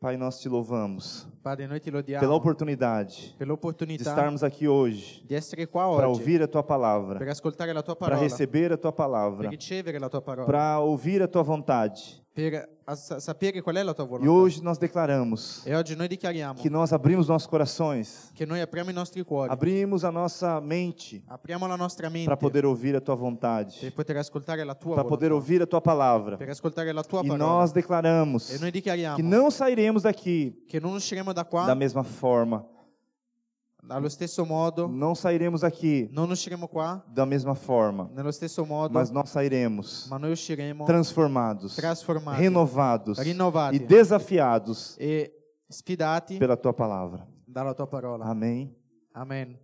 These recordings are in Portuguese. Pai, nós te louvamos Padre, noi ti lodiamo pela oportunidade per de l'opportunità estarmos aqui hoje di essere qua para oggi, ouvir a tua per palavra, ascoltare la tua para parola, receber a tua per palavra, ricevere la tua parola, para ouvir a tua vontade. per as- sapere qual è la tua E volontà. hoje nós declaramos E oggi noi dichiariamo que nós abrimos nossos corações, che noi apriamo i nostri cuori, abrimos a nossa mente apriamo la nostra mente para poter ouvir a tua per vontade, poter ascoltare la tua para volontà, poder ouvir a tua palavra. per ascoltare la tua E parola. nós declaramos E noi dichiariamo que não sairemos daqui che non usciremo da qua da mesma forma, allo stesso modo, não sairemos daqui non usciremo qua da mesma forma, nello stesso modo, mas nós sairemos ma noi usciremo transformados, trasformati, renovados rinnovati e desafiados e sfidati pela tua palavra. dalla tua parola. Amém. Amen.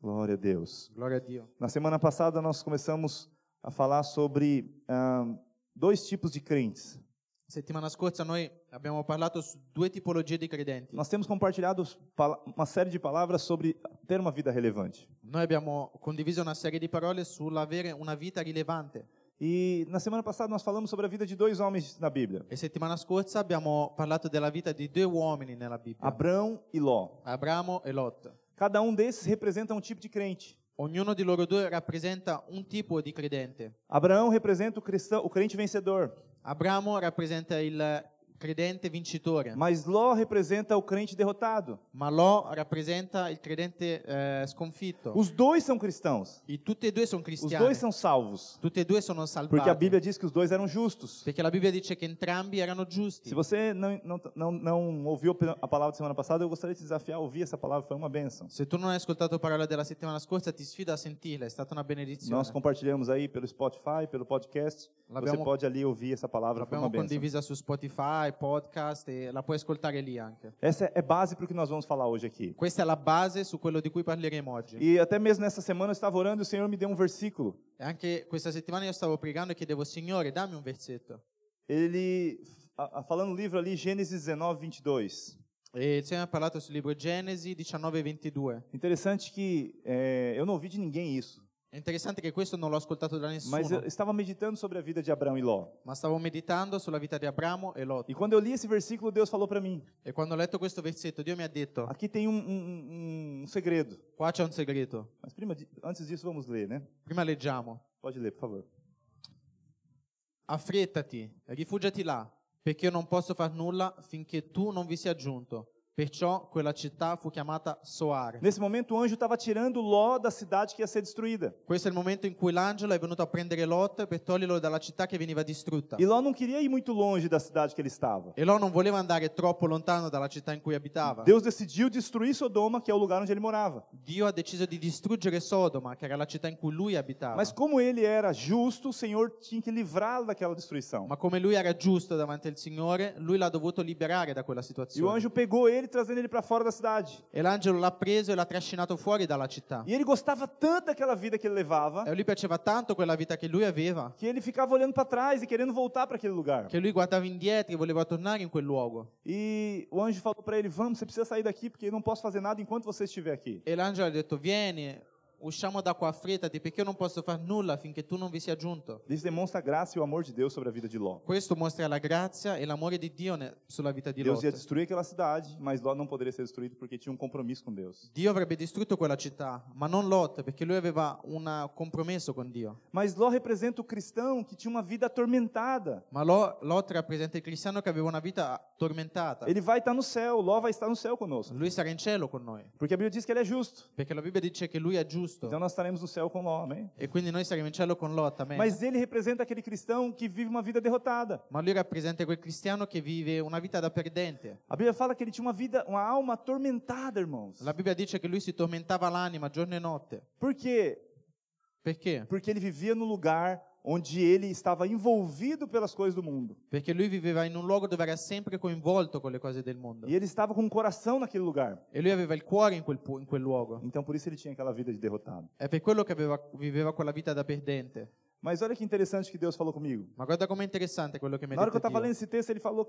Glória a Deus. Gloria a Dio. Na semana passada nós começamos a falar sobre ah, dois tipos de crentes. Settimana scorsa noi abbiamo parlato su due tipologie di credenti. Nós temos compartilhado pala- uma série de palavras sobre ter uma vida relevante. Noi abbiamo condiviso una serie di parole sull'avere una vita rilevante E na semana passada nós falamos sobre a vida de dois homens na Bíblia, e settimana scorsa abbiamo parlato della vita di due uomini nella Bibbia, Abrão e Ló. Abramo e Lot. Cada um desses representa um tipo de crente. Ognuno di loro due rappresenta un tipo di credente. Abraão representa o, cristão, o crente vencedor, Abramo rappresenta il credente vincitore, mas Ló representa o crente derrotado. ma Lot rappresenta il credente eh, sconfitto. Os dois são cristãos. I- tutti e due sono Os cristiani, dois são salvos. tutti e due sono Porque a salvati, Bíblia diz que os dois eram justos. perché la Bibbia dice che entrambi erano giusti. Se você não, não, não, não ouviu a palavra da semana passada, eu gostaria de te desafiar a ouvir essa palavra, foi uma bênção. Se tu non hai ascoltato parola della settimana scorsa, ti sfido a sentirla, è stata una benedizione. Nós compartilhamos aí pelo Spotify, pelo podcast. Você L'abbiamo- pode ali ouvir essa palavra, foi uma L'abbiamo bênção. condivisa su Spotify, podcast e la puoi ascoltare lì anche. Essa é base para o que nós vamos falar hoje aqui. Questa è la base su quello di cui parleremo oggi. E até mesmo nessa semana eu estava orando e o Senhor me deu um versículo. E anche questa settimana io stavo pregando e chiedevo, Signore, dammi un versetto. Ele, a- a- falando no livro ali, Gênesis 19, 22. E il Signore ha parlato sul libro Genesi 19 22. Interessante que eh, eu não ouvi de ninguém isso, È interessante che questo non l'ho ascoltato da mas nessuno, eu estava meditando sobre a vida de Abraão e Ló. ma stavo meditando sulla vita di Abramo e Lot. E quando eu li esse versículo, Deus falou para mim: E quando ho letto questo versetto, Dio mi ha detto, aqui tem um, um- um- um segredo. qua c'è un segreto. Mas, prima, di- antes disso, vamos ler, né? Prima leggiamo. Pode ler, por favor. Affrettati, rifugiati là, perché io non posso far nulla finché tu non vi sia giunto. Perciò quella città fu chiamata Soar. Nesse momento, o anjo estava tirando Ló da cidade que ia ser destruída. Questo è il momento in cui l'angelo è venuto a prendere Lot per toglierlo dalla città che veniva distrutta. E Ló não queria ir muito longe da cidade que ele estava. E Lot non voleva andare troppo lontano dalla città in cui abitava. Deus decidiu destruir Sodoma, que é o lugar onde ele morava. Dio ha deciso di distruggere Sodoma, che era la città in cui lui abitava. Mas como ele era justo, o Senhor tinha que livrá-lo daquela destruição. Ma come lui era giusto davanti al Signore, lui l'ha dovuto liberare da quella E o situazione. anjo pegou ele, trazendo ele para fora da cidade. E l'angelo l'ha preso e l'ha trascinato fuori dalla città. E ele gostava tanto daquela vida que ele levava, E a lui piaceva tanto quella vita che lui aveva, que ele ficava olhando para trás e querendo voltar para aquele lugar. che lui guardava indietro e voleva tornare in quel luogo. E o anjo falou para ele: Vamos, você precisa sair daqui, porque eu não posso fazer nada enquanto você estiver aqui. E l'angelo ha detto, vieni, usciamo da qua, affrettati, perché io non posso far nulla finché tu non vi sia giunto. Isso demonstra a graça e o amor de Deus sobre a vida de Ló. Questo mostra la grazia e l'amore di Dio ne- sulla vita di Deus ia Lot. destruir aquela cidade, mas Ló não poderia ser destruído porque tinha um compromisso com Deus. Dio avrebbe distrutto quella città, ma non Lot, perché lui aveva un compromesso con Dio. Mas Ló representa o cristão que tinha uma vida atormentada. Ma Lo- Lot rappresenta il cristiano che aveva una vita tormentata. Ele vai estar no céu, Ló vai estar no céu conosco. Lui sarà in cielo con noi, Porque a Bíblia diz que ele é justo. perché la Bibbia dice che lui è giusto. Então nós estaremos no céu com Ló, amém? E quindi noi saremo in cielo con Lot, amen. Mas ele representa aquele cristão que vive uma vida derrotada. Ma lui rappresenta quel cristiano che vive una vita da perdente. A Bíblia fala que ele tinha uma vida, uma alma atormentada, irmãos. La Bibbia dice che lui si tormentava l'anima giorno e notte. Por quê? Perché? Porque ele vivia no lugar onde ele estava envolvido pelas coisas do mundo. Perché lui viveva in un luogo dove era sempre coinvolto con le cose del mondo. E ele estava com o coração naquele lugar. E lui aveva il cuore in quel, pu- in quel luogo. Então por isso ele tinha aquela vida de derrotado. È per quello che aveva- viveva quella vita da perdente. Mas olha que interessante que Deus falou comigo. Ma guarda com'è interessante quello che mi Na ha hora que eu detto estava Dio. lendo esse texto, ele falou,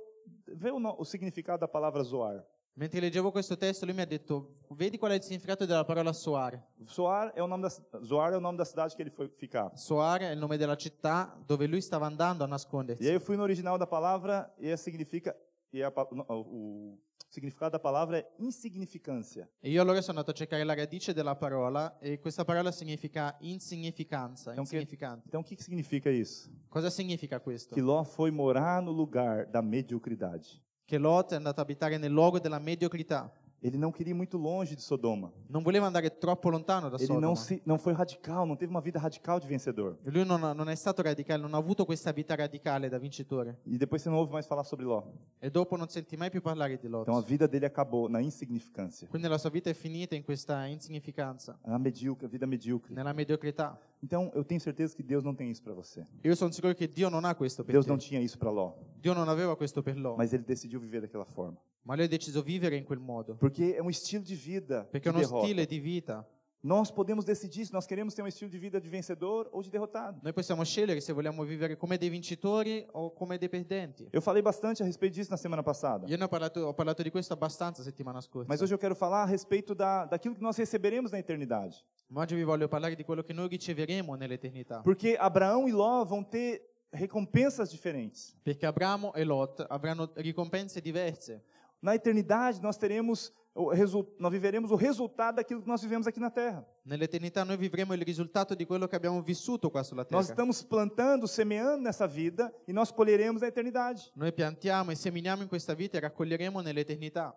vê o, no- o significado da palavra zoar. Mentre leggevo questo testo, lui mi ha detto, vedi qual è il significato della parola soar. Zoar é o nome da ci- Zoar é o nome da cidade que ele foi ficar. Soar è il nome della città dove lui stava andando E a aí nascondersi. eu fui no original da palavra e ela significa e a pa- no- o significado da palavra é insignificância. E io allora sono andato a cercare la radice della parola e questa parola significa insignificanza, È un che- insignificante. Então, o que, que significa isso? Cosa significa questo? Que Ló foi morar no lugar da mediocridade. Che Lot è andato a abitare nel luogo della mediocrità. Ele não queria ir muito longe de Sodoma. Non voleva andare troppo lontano da Ele não, Sodoma. se, não foi radical, não teve uma vida radical de vencedor. Lui non, non è stato radicale, non ha avuto questa vita radicale da vincitore. E depois você não ouve mais falar sobre Ló. E dopo non senti mai più parlare di Lot. Então a vida dele acabou na insignificância, Quindi la sua vita è finita in questa insignificanza, na medíocre, vida medíocre. nella mediocrità. Então eu tenho certeza que Deus não tem isso para você. Io sono sicuro che Dio non ha questo per Deus te. não tinha isso para Ló, Dio non aveva questo per Lot, mas ele decidiu viver daquela forma. ma lui ha deciso di vivere in quel modo. Porque é um estilo de vida Perché è de uno derrota. stile di vita. Nós podemos decidir se nós queremos ter um estilo de vida de vencedor ou de derrotado. Noi possiamo scegliere se vogliamo vivere come dei vincitori o come dei perdenti. Eu falei bastante a respeito disso na semana passada. Io ne ho parlato, ho parlato di questo abbastanza settimana scorsa, Mas hoje eu quero falar a respeito da, daquilo que nós receberemos na eternidade. ma oggi vi voglio parlare di quello che noi riceveremo nell'eternità. Porque Abraão e Ló vão ter recompensas diferentes. Perché Abramo e Lot avranno ricompense diverse. Na eternidade nós teremos o resu- nós viveremos o resultado daquilo que nós vivemos aqui na terra. Nell'eternità noi vivremo il risultato di quello che abbiamo vissuto qua sulla Nós terra. estamos plantando, semeando nessa vida e nós colheremos na eternidade. Noi piantiamo e seminiamo in questa vita e raccoglieremo nell'eternità.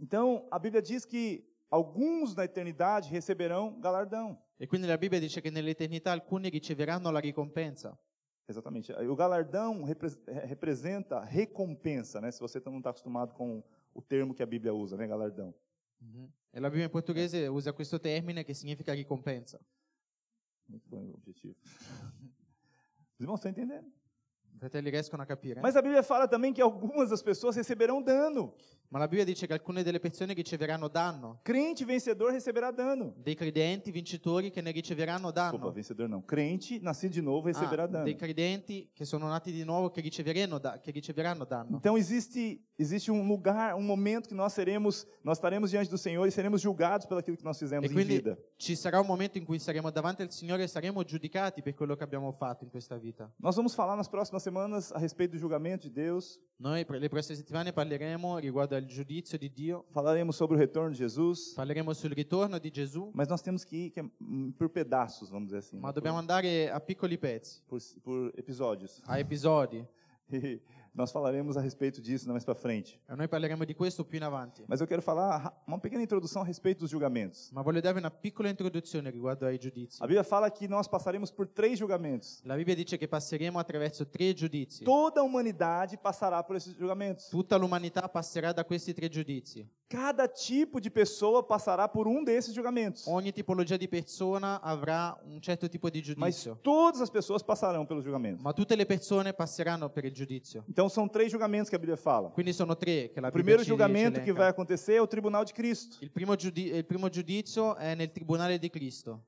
Então, a Bíblia diz que alguns na eternidade receberão galardão. E quindi la Bibbia dice che nell'eternità alcuni riceveranno la ricompensa. Exatamente. O galardão repre- re- representa recompensa, né? Se você não está acostumado com o termo que a Bíblia usa, né, galardão. E la Bibbia in portoghese usa questo termine che significa ricompensa. Muito bom o objetivo. Os irmãos estão entendendo? I fratelli riescono a capire. Mas a Bíblia fala também que algumas das pessoas receberão dano. Ma la Bibbia dice che alcune delle persone riceveranno danno. Crente vencedor receberá dano. Dei credenti vincitori che ne riceveranno Desculpa, danno. vencedor Ah, não. Crente nascido de novo receberá Ah, dano. dei credenti che sono nati di nuovo che riceveranno, da- che riceveranno danno. Então existe existe um lugar, um momento que nós seremos, nós estaremos diante do Senhor e seremos julgados pelo aquilo É que nós E fizemos em quindi vida. ci sarà un momento in cui saremo davanti al Signore e saremo giudicati per quello che abbiamo fatto in questa vita. Nós vamos falar nas próximas semanas a respeito do julgamento de Deus, Noi per le prossime settimane parleremo riguardo al giudizio di Dio, falaremos sobre o retorno de Jesus, parleremo sul ritorno di Gesù, mas nós temos que ir que é, hum, por pedaços, vamos dizer assim, ma né, dobbiamo andare a piccoli pezzi, por, por- por episódios. a episodi. E nós falaremos a respeito disso né, mais para frente. E noi parleremo di questo più in avanti. Mas eu quero falar ra- uma pequena introdução a respeito dos julgamentos. Ma voglio darvi una piccola introduzione riguardo ai giudizi. A Bíblia fala que nós passaremos por três julgamentos. La Bibbia dice che passeremo attraverso tre giudizi. Toda a humanidade passará por esses julgamentos. Tutta l'umanità passerà da questi tre giudizi. Cada tipo de pessoa passará por um desses julgamentos. Ogni tipologia di persona avrà un certo tipo di Mas giudizio, todas as pessoas passarão pelo julgamento. ma tutte le persone passeranno per il giudizio. Então são três julgamentos que a Bíblia fala. Quindi sono tre che la O Bibbia primeiro ci, ci julgamento que elenca. vai acontecer é o tribunal de Cristo, Il primo, giudi- il primo giudizio è nel tribunale di Cristo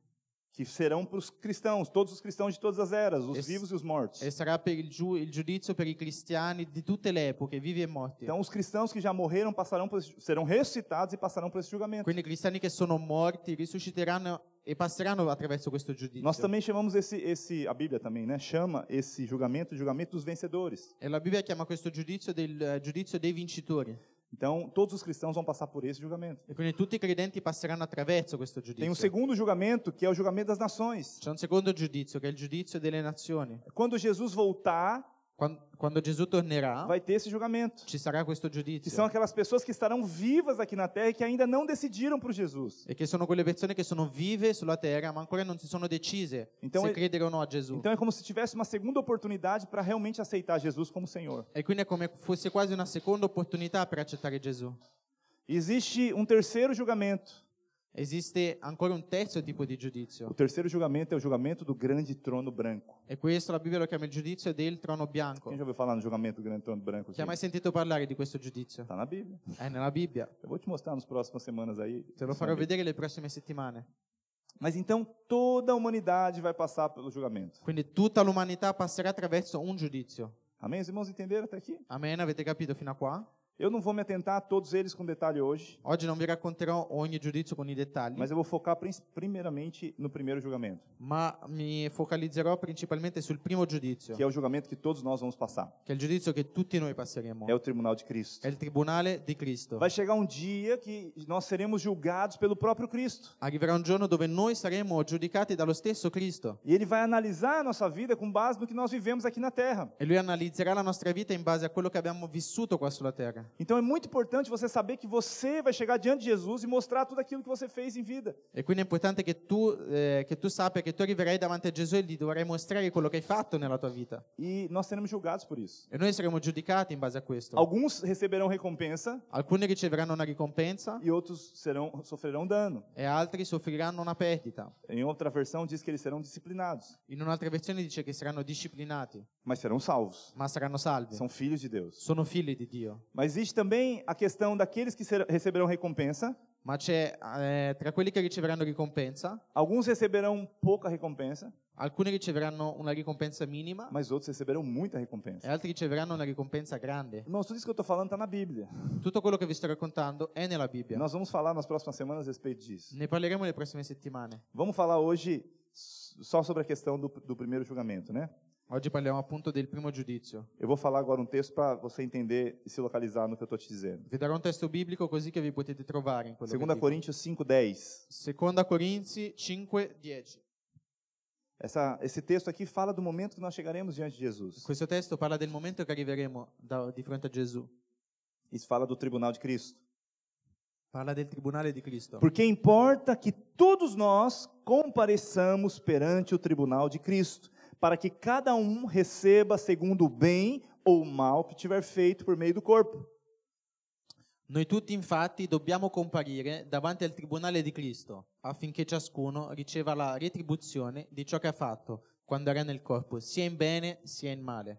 que serão para os cristãos, todos os cristãos de todas as eras, os Esse- vivos e os mortos. e sarà per il, giu- il giudizio per i cristiani di tutte le epoche, vivi e morti. Então os cristãos que já morreram passarão por esse- serão ressuscitados e passarão por esse julgamento. Quindi i cristiani che sono morti risusciteranno e passeranno attraverso questo giudizio. Nós também chamamos esse, esse a Bíblia também, né? Chama esse julgamento, de julgamento dos vencedores. E la Bibbia chiama questo giudizio del eh, giudizio dei vincitori. Então todos os cristãos vão passar por esse julgamento. E quindi tutti i credenti passeranno attraverso questo Tem um giudizio. segundo julgamento que é o julgamento das nações. C'è un secondo giudizio che è il giudizio delle nazioni. Quando Jesus voltar, Quan- Quando, Gesù tornerà, vai ter esse julgamento. ci sarà questo Que são giudizio. aquelas pessoas que estarão vivas aqui na terra e que ainda não decidiram por Jesus. E che sono quelle persone che sono vive sulla terra, ma ancora non si sono decise Então se è- credere o no a Gesù. Então é como se tivesse uma segunda oportunidade para realmente aceitar Jesus como Senhor. E quindi è come fosse quasi una seconda opportunità per accettare Gesù. Existe um terceiro julgamento. Esiste ancora un terzo tipo di O giudizio. terceiro julgamento é o julgamento do grande trono branco. E questo la Bibbia lo chiama il giudizio del trono bianco. Quem já ouviu falar no julgamento do grande trono branco? Chi ha mai Está sentito parlare di questo giudizio? na Bíblia. È nella Bibbia. Eu vou te mostrar nas próximas semanas aí. Te lo farò vedere le prossime settimane. Mas então toda a humanidade vai passar pelo julgamento. Quindi tutta l'umanità passerà attraverso un giudizio. Amém? Os irmãos entenderam até aqui? Amen, avete capito fino a qua? Eu- Eu não vou me atentar a todos eles com detalhe hoje, Oggi non vi racconterò ogni giudizio con i dettagli, mas eu vou focar prin- primeiramente no primeiro julgamento, ma mi focalizzerò principalmente sul primo giudizio, que é o julgamento que todos nós vamos passar. che è il giudizio che tutti noi passeremo. É o tribunal de Cristo. È il tribunale di Cristo. Vai chegar um dia que nós seremos julgados pelo próprio Cristo. Arriverà un giorno dove noi saremo giudicati dallo stesso Cristo E ele vai analisar a nossa vida com base no que nós vivemos aqui na terra. e lui analizzerà la nostra vita in base a quello che abbiamo vissuto qua sulla terra. Então é muito importante você saber que você vai chegar diante de Jesus e mostrar tudo aquilo que você fez em vida. E quindi è importante che tu, eh, che tu sappia che tu arriverai davanti a Gesù e gli dovrai mostrare quello che hai fatto nella tua vita. E nós seremos julgados por isso. E noi saremo giudicati in base a questo. Alguns receberão recompensa Alcuni riceveranno una ricompensa e outros serão, sofrerão dano. e altri soffriranno una perdita. Em outra versão diz que eles serão disciplinados, In un'altra versione dice che saranno disciplinati, mas serão salvos. ma saranno salvi. São filhos de Deus. Sono figli di Dio. Mas existe também a questão daqueles que ser- receberão recompensa. Ma c'è eh, tra quelli che riceveranno ricompensa Alguns receberão pouca recompensa, Alcuni riceveranno una ricompensa minima mas outros receberão muita e recompensa. altri riceveranno una ricompensa grande. Irmãos, tudo isso que eu estou falando está na Bíblia. Tutto quello che vi sto raccontando è nella Bibbia. Nós vamos falar nas próximas semanas a respeito disso. Ne parleremo le prossime settimane. Vamos falar hoje s- só sobre a questão do, do primeiro julgamento, né? Oggi parliamo appunto del primo giudizio. Eu vou falar agora um texto para você entender e se localizar no que eu estou te dizendo. Vi darò un testo biblico così che vi potete trovare in quello che 2 dico. Coríntios 5,10. Seconda Corinzi 5, 10. Essa, esse texto aqui fala do momento que nós chegaremos diante de Jesus. Questo testo parla del momento che arriveremo da- di fronte a Gesù. Isso fala do tribunal de Cristo. Parla del tribunale di Cristo. Porque importa que todos nós compareçamos perante o tribunal de Cristo, para que cada um receba segundo o bem ou o mal que tiver feito por meio do corpo. Noi tutti infatti dobbiamo comparire davanti al tribunale di Cristo affinché ciascuno riceva la retribuzione di ciò che ha fatto quando era nel corpo, sia in bene sia in male.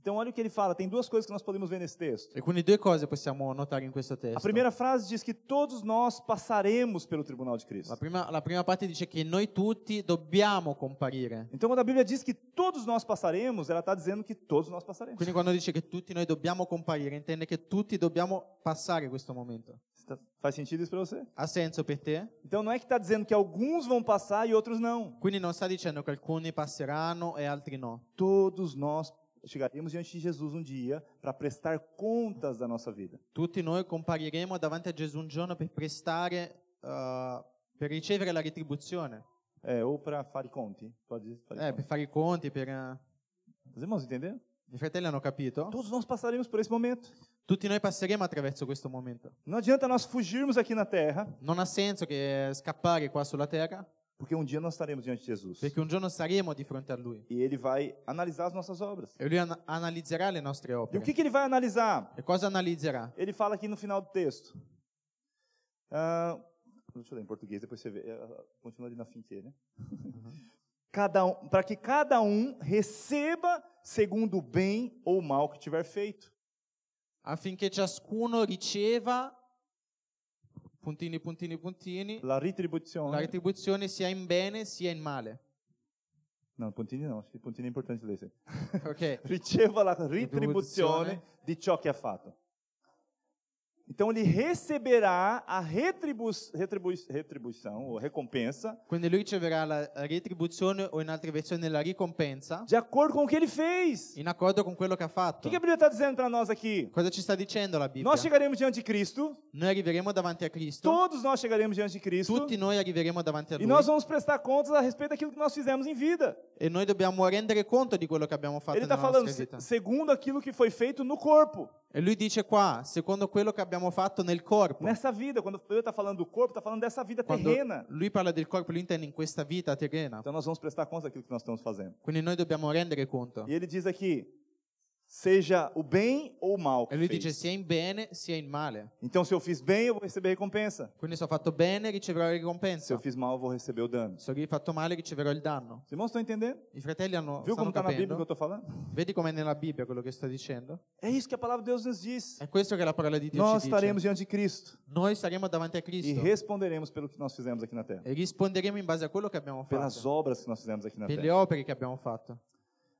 Então, olha o que ele fala. Tem duas coisas que nós podemos ver nesse texto. E quindi due cose possiamo notare in questo testo. A primeira frase diz que todos nós passaremos pelo tribunal de La Cristo. prima, la prima parte dice che noi tutti dobbiamo comparire. Então, quando a Bíblia diz que todos nós passaremos, ela está dizendo que todos nós passaremos. Quindi quando dice che tutti noi dobbiamo comparire, intende che tutti dobbiamo passare questo momento. Tá- Faz sentido isso para você? Ha senso per te? Então, não é que está dizendo que alguns vão passar e outros não. Quindi non sta dicendo che alcuni passeranno e altri no. Todos nós chegaremos diante de Jesus um dia para prestar contas da nossa vida. Tutti noi compariremo davanti a Gesù un giorno per prestare, eh, per ricevere la retribuzione, É, ou para fare conti. Pode dizer, fare eh, per conti. fare i conti, per... eh, Os irmãos entenderam? I fratelli hanno capito? Todos nós passaremos por esse momento. Tutti noi passeremo attraverso questo momento. Não adianta nós fugirmos aqui na terra, Non ha senso che eh, scappare qua sulla terra, porque um dia nós estaremos diante de Jesus. perché un giorno saremo di fronte a Lui E ele vai analisar as nossas obras. e Lui an- analizzerà le nostre E o opere. que, que ele vai analisar? E cosa analizzerà? Ele fala aqui no final do texto. Ah, deixa eu ler em português, depois você vê. Eh, ah, Continua ali na finqueira. Né? Cada um, para que cada um receba segundo o bem ou o mal que tiver feito. Affinché ciascuno riceva, puntini, puntini, puntini, La retribuzione. la retribuzione sia in bene sia in male. Não, puntini não, acho que puntini é importante ler isso aí. Ok? Riceva la retribuzione Retribuzione. di ciò que é fato. Então ele receberá a retribu retribu retribuição ou recompensa Quindi lui riceverà la retribuzione o in altre versioni la ricompensa de acordo com o que ele fez. in accordo con quello che ha O que, fatto. que a Bíblia está dizendo para nós aqui? Cosa ci sta dicendo la Bibbia? Nós chegaremos diante de Cristo, Noi arriveremo davanti a Cristo, todos nós chegaremos diante de Cristo, tutti noi arriveremo davanti a e nós Lui vamos prestar contas a respeito daquilo que nós fizemos em vida. e noi dobbiamo rendere conto di quello che abbiamo fatto Ele está nella falando nostra se- vita. segundo aquilo que foi feito no corpo, E lui dice qua, secondo quello che abbiamo fatto nel corpo. nessa vida. Quando ele está falando do corpo, está falando dessa vida Quando terrena. lui parla del corpo, lui intende in questa vita terrena. Então nós vamos prestar contas daquilo que nós estamos fazendo. Quindi noi dobbiamo rendere conto. E ele diz aqui: seja o bem ou o mal. E Que lui fez. dice sia in bene sia in male. Então se eu fiz bem, eu vou receber recompensa. Quindi se ho fatto bene riceverò la Se eu ricompensa, fiz mal, eu vou receber o dano. se ho fatto male riceverò il danno. Os irmãos estão entendendo? I fratelli hanno Viu como stanno está na Bíblia o que eu capendo? estou falando? Vedi com'è nella Bibbia quello che sto dicendo? É isso que a palavra de Deus nos diz. È questo che la parola di Dio Nós ci estaremos dice. diante de Cristo. Noi saremo davanti a e Cristo responderemos pelo que nós fizemos aqui na terra, e risponderemo in base a quello che abbiamo pelas fatto, obras que nós fizemos aqui na per le terra. opere che abbiamo fatto.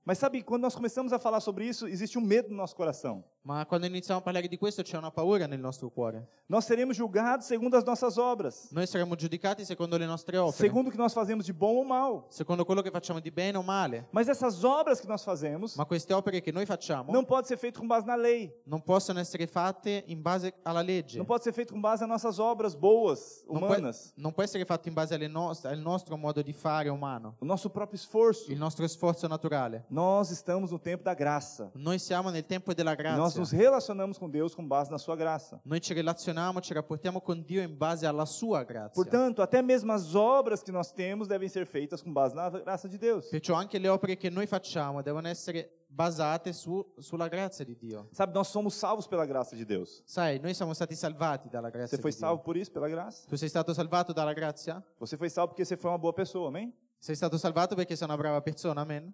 Mas sabe, quando nós começamos a falar sobre isso, existe um medo no nosso coração. Ma quando iniziamo a parlare di questo c'è una paura nel nostro cuore. Nós seremos julgados segundo as nossas obras, Noi saremo giudicati secondo le nostre opere, segundo o que nós fazemos de bom ou mal. secondo quello che facciamo di bene o male. Mas essas obras que nós fazemos Ma queste opere che noi facciamo não pode ser feito com base na lei, non possono essere fatte in base alla legge. não pode ser feito com base nas nossas obras boas, Non può- humanas, non può essere fatto in base alle nos- al nostro modo di fare umano, o nosso próprio esforço. il nostro sforzo naturale. Nós estamos no tempo da graça. Noi siamo nel tempo della E Nós grazia. nos relacionamos com Deus com base na sua graça. Noi ci relazioniamo, ci rapportiamo con Dio in base alla sua grazia. Portanto, até mesmo as obras que nós temos devem ser feitas com base na graça de Deus. Perciò anche le opere che noi facciamo devono essere basate su- sulla grazia di Dio. Sabe, nós somos salvos pela graça de Deus. Sai, noi siamo stati salvati dalla grazia Você foi di Dio. salvo por isso, pela graça? Tu sei stato salvato dalla grazia? Você foi salvo porque você foi uma boa pessoa, amém? Sei stato salvato perché sei una brava persona, amen?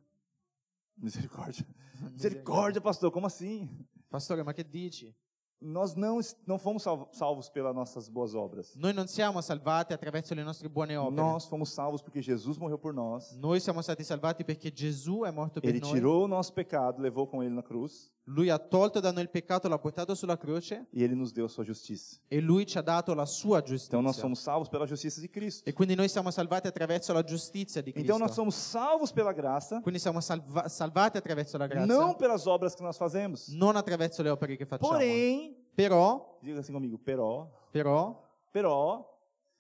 Misericórdia. Misericórdia, pastor, como assim? Pastore, ma che dici? Nós não, es- não fomos salvo- salvos pelas nossas boas obras. Noi non siamo salvati attraverso le nostre buone opere. Nós fomos salvos porque Jesus morreu por nós. Noi siamo stati salvati perché Gesù è morto per Ele noi. tirou o nosso pecado, levou com ele na cruz Lui ha tolto da noi il peccato, l'ha portato sulla croce e ele nos deu a sua justiça. e lui ci ha dato la sua giustizia. Então nós somos salvos pela justiça de Cristo. E quindi noi siamo salvati attraverso la giustizia di Cristo. Então nós somos salvos pela graça, Quindi siamo salva- salvati attraverso la grazia, não pelas obras que nós fazemos. non attraverso le opere che facciamo. Porém, Però, diga assim comigo, peró, però, peró,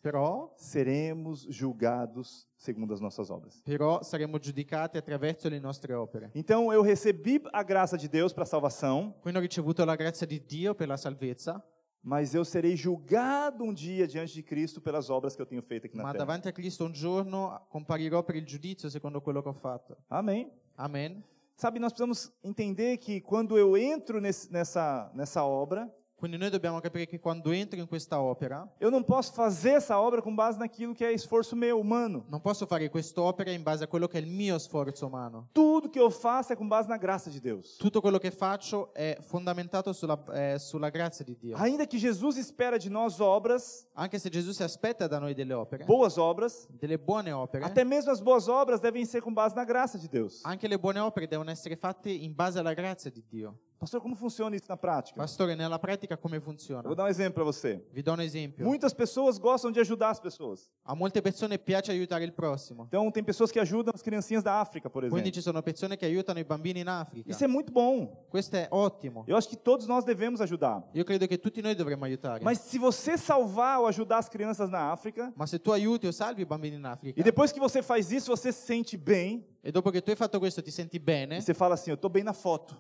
però, seremos julgados segundo as nossas obras. però saremo giudicati attraverso le nostre opere. Então eu recebi a graça de Deus para a salvação, Quindi ho ricevuto la grazia di Dio per la salvezza, mas eu serei julgado um dia diante de Cristo pelas obras que eu tenho feito aqui na ma terra. davanti a Cristo un giorno comparirò per il giudizio secondo quello che ho fatto. Amém. Amen. Sabe, nós precisamos entender que quando eu entro nesse- nessa, nessa obra, Quindi noi dobbiamo capire che quando entro in questa opera, eu não posso fazer essa obra com base naquilo que é esforço meu, humano. non posso fare quest'opera in base a quello che è il mio sforzo umano. Tudo que eu faço é com base na graça de Deus. Tutto quello che faccio è fondamentato sulla, eh, sulla grazia di Dio. Ainda que Jesus espera de nós obras, Anche se Gesù si aspetta da noi delle opere, boas obras, delle buone opere, até mesmo as boas obras devem ser com base na graça de Deus. anche le buone opere devono essere fatte in base alla grazia di Dio. Pastor, como funciona isso na prática? Pastore, nella pratica come Eu vou funziona? dar um exemplo para você. Vi do un esempio. Muitas pessoas gostam de ajudar as pessoas. A molte persone piace aiutare il prossimo. Então, tem pessoas que ajudam as criancinhas da África, por Quindi exemplo. ci sono persone che aiutano i bambini in Africa. Isso é muito bom. Questo è ottimo. Eu acho que todos nós devemos ajudar. Io credo che tutti noi dovremmo aiutare. Mas se você salvar ou ajudar as crianças na África, Ma se tu aiuti o salvi i bambini in Africa e depois que você faz isso, você se sente bem, e dopo che tu hai fatto questo ti senti e bene você fala assim: Eu estou bem na foto.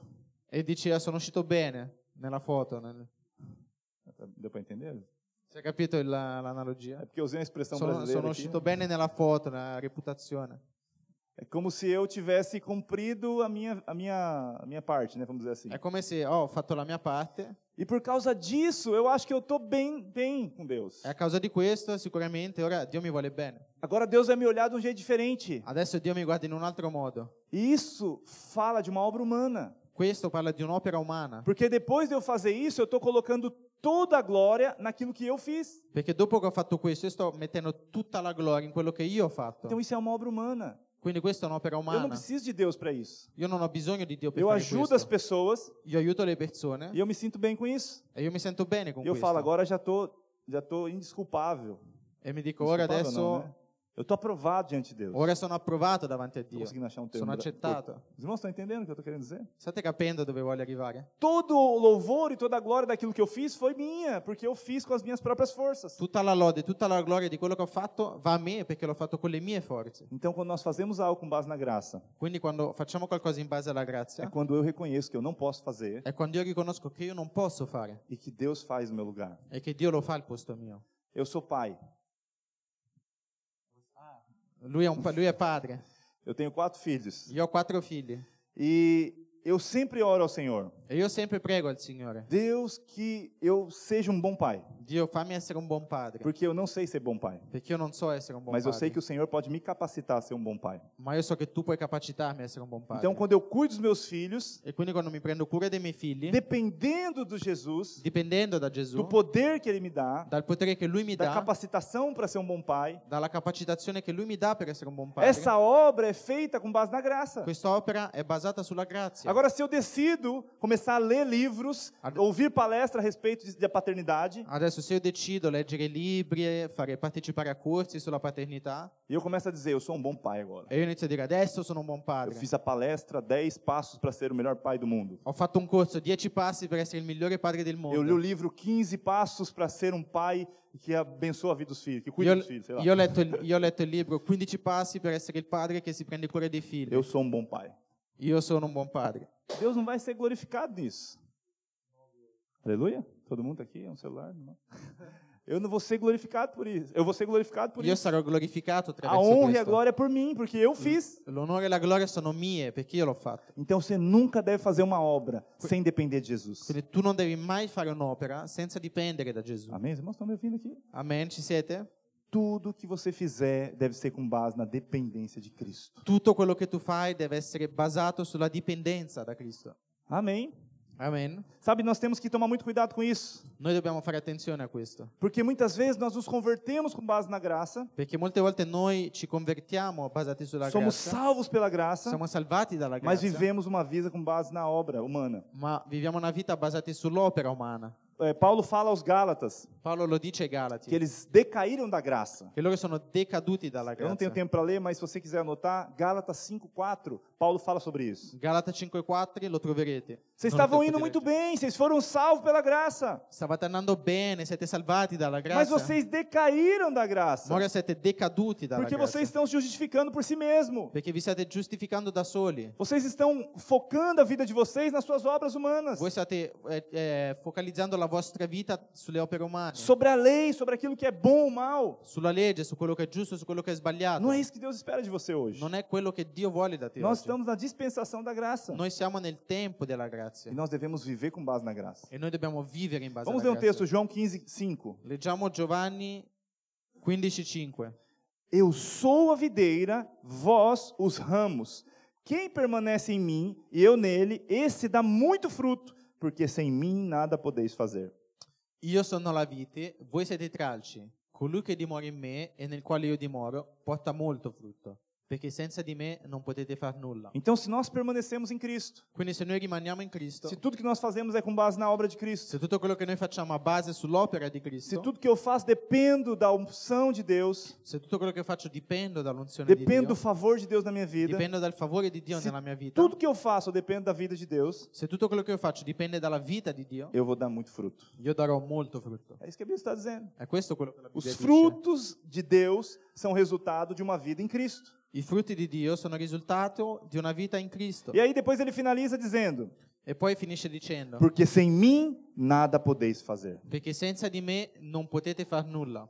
e dici ah, sono uscito bene nella foto, nel- Deu para entender? si è capito il- É l'analogia? porque eu usei uma expressão Sono, brasileira. sono aqui. uscito bene nella foto, nella reputazione. É como se eu tivesse cumprido a minha, a, minha, a minha parte, né? Vamos dizer assim. È come se oh, ho fatto la mia parte E por causa disso, eu acho que eu estou bem, bem com Deus. e a causa di questo sicuramente ora Dio mi vuole bene. Agora Deus vai me olhar de um jeito diferente. Adesso Dio mi guarda in un altro modo. E isso fala de uma obra humana. Questo parla di un'opera umana, Porque depois de eu fazer isso, eu estou colocando toda a glória naquilo que eu fiz. perché dopo che ho fatto questo io sto mettendo tutta la gloria in quello che io ho fatto. Então isso é uma obra humana. Quindi questa è un'opera Eu não umana. preciso de Deus para isso. Io non ho bisogno di Dio per Eu fare ajudo as questo. pessoas Io aiuto le persone e eu me sinto bem com isso. E io mi sento bene con E eu questo. falo, agora já tô, já tô indesculpável. e mi dico, ora Indesculpável adesso, não, né? Eu tô aprovado diante de Deus. ora sono approvato davanti a Tô Dio. conseguindo achar um termo. Sono bra- accettato. Os irmãos estão entendendo o que eu tô querendo dizer? State capendo dove voglio arrivare? Todo o louvor e toda a glória daquilo que eu fiz foi minha, porque eu fiz com as minhas próprias forças. Tutta la lode, tutta la gloria di quello che ho fatto va a me perché l'ho fatto con le mie forze. Então, quando nós fazemos algo com base na graça, Quindi quando facciamo qualcosa in base alla é grazia, quando eu reconheço que eu não posso fazer è quando io riconosco che io non posso fare e que Deus faz no meu lugar. e che Dio lo fa al posto mio. Eu sou pai. Lui è, un pa- lui è padre, Eu tenho quatro filhos. io ho quattro figli E eu sempre oro ao Senhor. e io sempre prego al Signore, Deus, que eu seja um bom pai. Dio fammi essere un buon padre, Porque eu não sei ser bom pai. perché io non so essere un buon Mas eu sei padre, que o Senhor pode me capacitar a ser um bom pai. ma io so che tu puoi capacitarmi a essere un buon padre. Então, quando eu cuido dos meus filhos, E quindi quando mi prendo cura dei miei figli, dependendo do Jesus, dipendendo da Gesù, do poder que ele me dá, dal potere che lui mi da dà, capacitação para ser um bom pai, dalla capacitazione che lui mi dà per essere un buon padre. essa obra é feita com base na graça. Questa opera è basata sulla grazia. Agora, se eu decido começar a ler livros, Ad- ouvir palestra a respeito de- da paternidade, Adesso se io decido leggere libri, e fare, partecipare a corsi sulla paternità, e eu começo a dizer, eu sou um bom pai agora. e io inizio a dire adesso sono un buon Eu padre, fiz a palestra 10 passos para ser o melhor pai do mundo. ho fatto un corso 10 passi per essere il migliore padre del Eu li o mondo, livro 15 passos para ser um pai que abençoa a vida dos filhos, que cuida io, dos filhos, sei lá. io ho letto il, io ho letto il libro 15 passi per essere il padre che si prende cura dei figli, Eu sou um bom pai. io sono un buon padre. Deus não vai ser glorificado nisso. Aleluia? Todo mundo tá aqui? É um celular? Não. Eu não vou ser glorificado por isso. Eu vou ser glorificado por Io isso. sarò glorificato A attraverso honra e a questo. glória é por mim, porque eu fiz. L'onore e la gloria sono mie perché io l'ho fatto. Então você nunca deve fazer uma obra sem depender de Jesus. Quindi tu non devi mai fare un'opera senza dipendere da Gesù. Amém? Os irmãos estão me ouvindo aqui? Amen, ci siete? Tudo que você fizer deve ser com base na dependência de Cristo. Tutto quello che tu fai deve essere basato sulla dipendenza da Cristo. Amém? Amen. Sabe, nós temos que tomar muito cuidado com isso. Noi dobbiamo fare attenzione a questo, Porque muitas vezes nós nos convertemos com base na graça, perché molte volte noi ci convertiamo basati sulla somos grazia, salvos pela graça, siamo salvati dalla mas grazia, vivemos uma vida com base na obra humana. ma viviamo una vita basata sull'opera umana. É, Paulo fala aos Gálatas Paolo lo dice ai Galati, que eles decaíram da graça. che loro sono decaduti dalla Eu não tenho grazia. tempo para ler, mas se você quiser anotar, Gálatas 5:4, Paulo fala sobre isso. Galata 5,4 lo troverete. Vocês Non ho estavam tempo indo di muito leggere. bem, vocês foram salvos pela graça, Stavate andando bene, siete salvati dalla mas grazia. vocês decaíram da graça. Ma ora siete decaduti dalla Porque grazia. vocês estão se justificando por si mesmo. Perché vi state giustificando da soli. Vocês estão focando a vida de vocês nas suas obras humanas, Voi state eh, eh, focalizzando la vostra vita sulle opere umane, sobre a lei, sobre aquilo que é bom ou mal. sulla legge, su quello che è giusto, su quello che è sbagliato. Não é isso que Deus espera de você hoje. Non è quello che Dio vuole da te. Nós oggi. estamos na dispensação da graça Noi siamo nel tempo della grazia e nós devemos viver com base na graça. e noi dobbiamo vivere in base Vamos ler alla um grazia. texto, João 15, 5. Leggiamo Giovanni 15:5. Eu sou a videira, vós os ramos. Quem permanece em mim e eu nele, esse dá muito fruto, porque sem mim nada podeis fazer. Io sono la vite, voi siete i tralci. Colui che dimora in me e nel quale io dimoro porta molto frutto, perché senza di me non potete far nulla. Então, se nós permanecemos em Cristo, Quindi se noi rimaniamo in Cristo, se tudo que nós fazemos é com base na obra de Cristo, se tutto quello che noi facciamo a base sull'opera di se Cristo, tudo que eu faço dependo da unção de Deus, se tutto quello che faccio dipendo dall'unzione dependo do di favor de Deus na minha Dio, vida, dipendo dal favore di Dio Se nella mia vita, tudo que eu faço eu dependo da vida de Deus, se tutto quello che io faccio dipende dalla vita di Dio, eu vou dar muito fruto. io darò molto frutto. É isso que a Bíblia está dizendo. È questo quello che la Bibbia Os dice. frutos de Deus são resultado de uma vida em Cristo. I frutti di Dio sono il risultato di una vita in Cristo. E aí depois ele finaliza dizendo: E poi finisce dicendo... Porque sem mim nada podeis fazer. Perché senza di me non potete far nulla.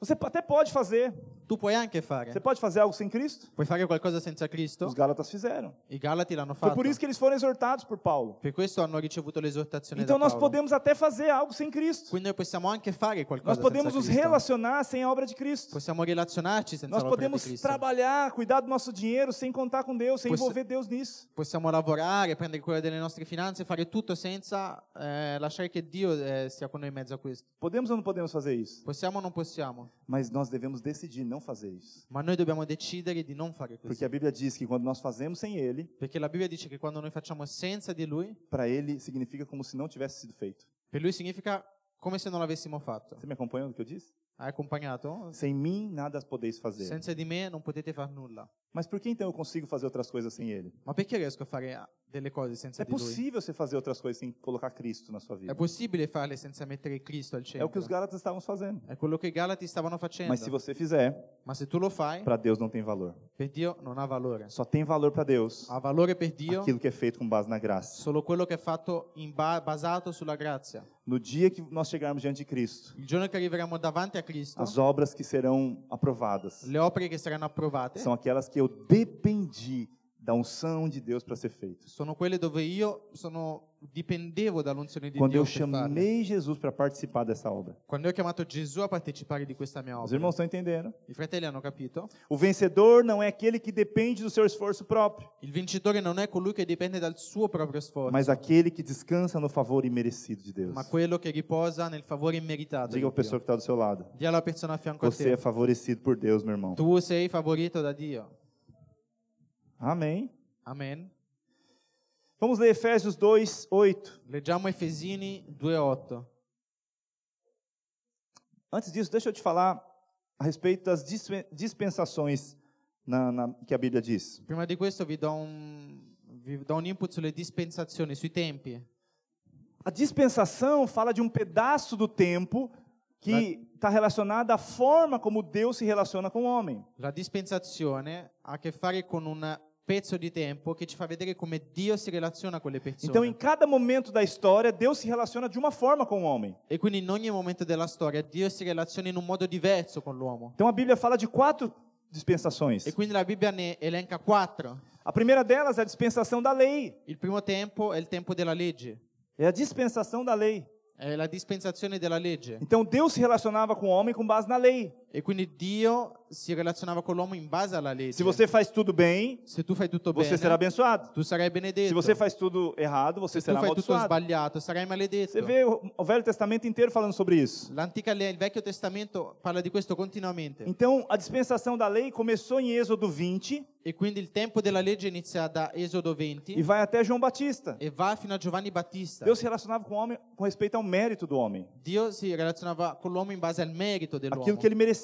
Você até pode fazer. Tu puoi anche fare. Você pode fazer algo sem Cristo? Puoi fare qualcosa senza Cristo? Os Gálatas fizeram. I Galati l'hanno Foi fatto. por isso que eles foram exortados por Paulo. Per questo hanno ricevuto l'esortazione Então é da nós Paolo. podemos até fazer algo sem Cristo. Quindi noi possiamo anche fare qualcosa Nós podemos nos senza Cristo. relacionar sem a obra de Cristo. Possiamo relazionarci senza Nós l'opera di podemos Cristo. trabalhar, cuidar do nosso dinheiro sem contar com Deus, sem Pois- envolver Deus nisso. Possiamo lavorare, prendere cura delle nostre finanze, fare tutto senza eh, lasciare che Dio eh, sia con noi in mezzo a questo. Podemos ou não podemos fazer isso? Possiamo o non possiamo? Mas nós devemos decidir não fazer isso. Ma noi dobbiamo decidere di non fare questo. Porque a Bíblia diz que quando nós fazemos sem Ele, Perché la Bibbia dice che quando noi facciamo senza di Lui, para Ele significa como se não tivesse sido feito. per Lui significa come se non l'avessimo fatto. Você me acompanha no que eu disse? Hai accompagnato? Sem mim nada podeis fazer. Senza di me non potete far nulla. Mas por que então eu consigo fazer outras coisas sem ele? Ma perché riesco a fare ah, delle cose senza É di lui? possível você É fazer outras coisas sem colocar Cristo na sua È vida. possibile farle senza mettere Cristo al É o que os centro. Gálatas estavam fazendo. È quello che i Galati stavano facendo. Mas se você fizer, Ma se tu lo fai, para Deus não tem valor. per Dio non ha valore. Só tem valor para Deus Ha valore per Dio aquilo que é feito com base na graça. solo quello che è fatto in ba- basato sulla grazia. No dia que nós chegarmos diante de Cristo, Il giorno che arriveremo davanti a Cristo, as obras que serão aprovadas le opere che saranno approvate são aquelas que eu dependi da unção de Deus para ser feitas. sono quelle dove io sono dipendevo dall'unzione di Quando Dio eu per farle. chamei Jesus para participar dessa obra. Quando io ho chiamato Gesù a partecipare di questa mia Os opera, irmãos estão entendendo? i fratelli hanno capito? O vencedor não é aquele que depende do seu esforço próprio. Il vincitore non è colui che dipende dal suo proprio sforzo, mas aquele que descansa no favor imerecido de Deus. ma quello che riposa nel favore immeritato. Diga Di ao pessoa Dio. que está do seu lado: Dì alla persona a fianco a Você é te, favorecido por Deus, meu irmão. tu sei favorito da Dio. Amém. Amen. Vamos ler Efésios 2, 8. Leggiamo Efesini 2:8. Antes disso, deixa eu te falar a respeito das dispen- dispensações na- na- que a Bíblia diz. Prima di questo vi do un, vi do un input sulle dispensazioni, sui tempi. A dispensação fala de um pedaço do tempo que Né? está relacionado à forma como Deus se relaciona com o homem. La dispensazione ha a che fare con un pezzo di tempo che ci fa vedere come Dio si relaziona con le persone. Então, em cada momento da história, Deus se relaciona de uma forma com o homem. E quindi in ogni momento della storia Dio si relaziona in un modo diverso con l'uomo. Então, a Bíblia fala de quatro dispensações. E quindi la Bibbia ne elenca quattro. A primeira delas é a dispensação da lei. Il primo tempo è il tempo della legge, É a dispensação da lei. è la dispensazione della legge. Então, Deus se relacionava com o homem com base na lei. E quindi Dio si relazionava con l'uomo in base alla legge. Se você faz tudo bem, Se tu fai tutto você bene, será abençoado. tu sarai benedetto. Se você faz tudo errado, você Então. Se tu será fai tutto amaldiçoado. sbagliato, sarai maledetto. Você vê o o Velho Testamento inteiro falando sobre isso. L'antica lei, il Vecchio Testamento parla di questo continuamente. Então, a dispensação da lei começou em Êxodo 20 E quindi il tempo della legge inizia da Esodo e 20 vai até João Batista. e va fino a Giovanni Battista. Deus se relacionava com o homem com respeito ao mérito do homem, Dio si relazionava con l'uomo in base al merito dell'uomo, aquilo que ele merecia.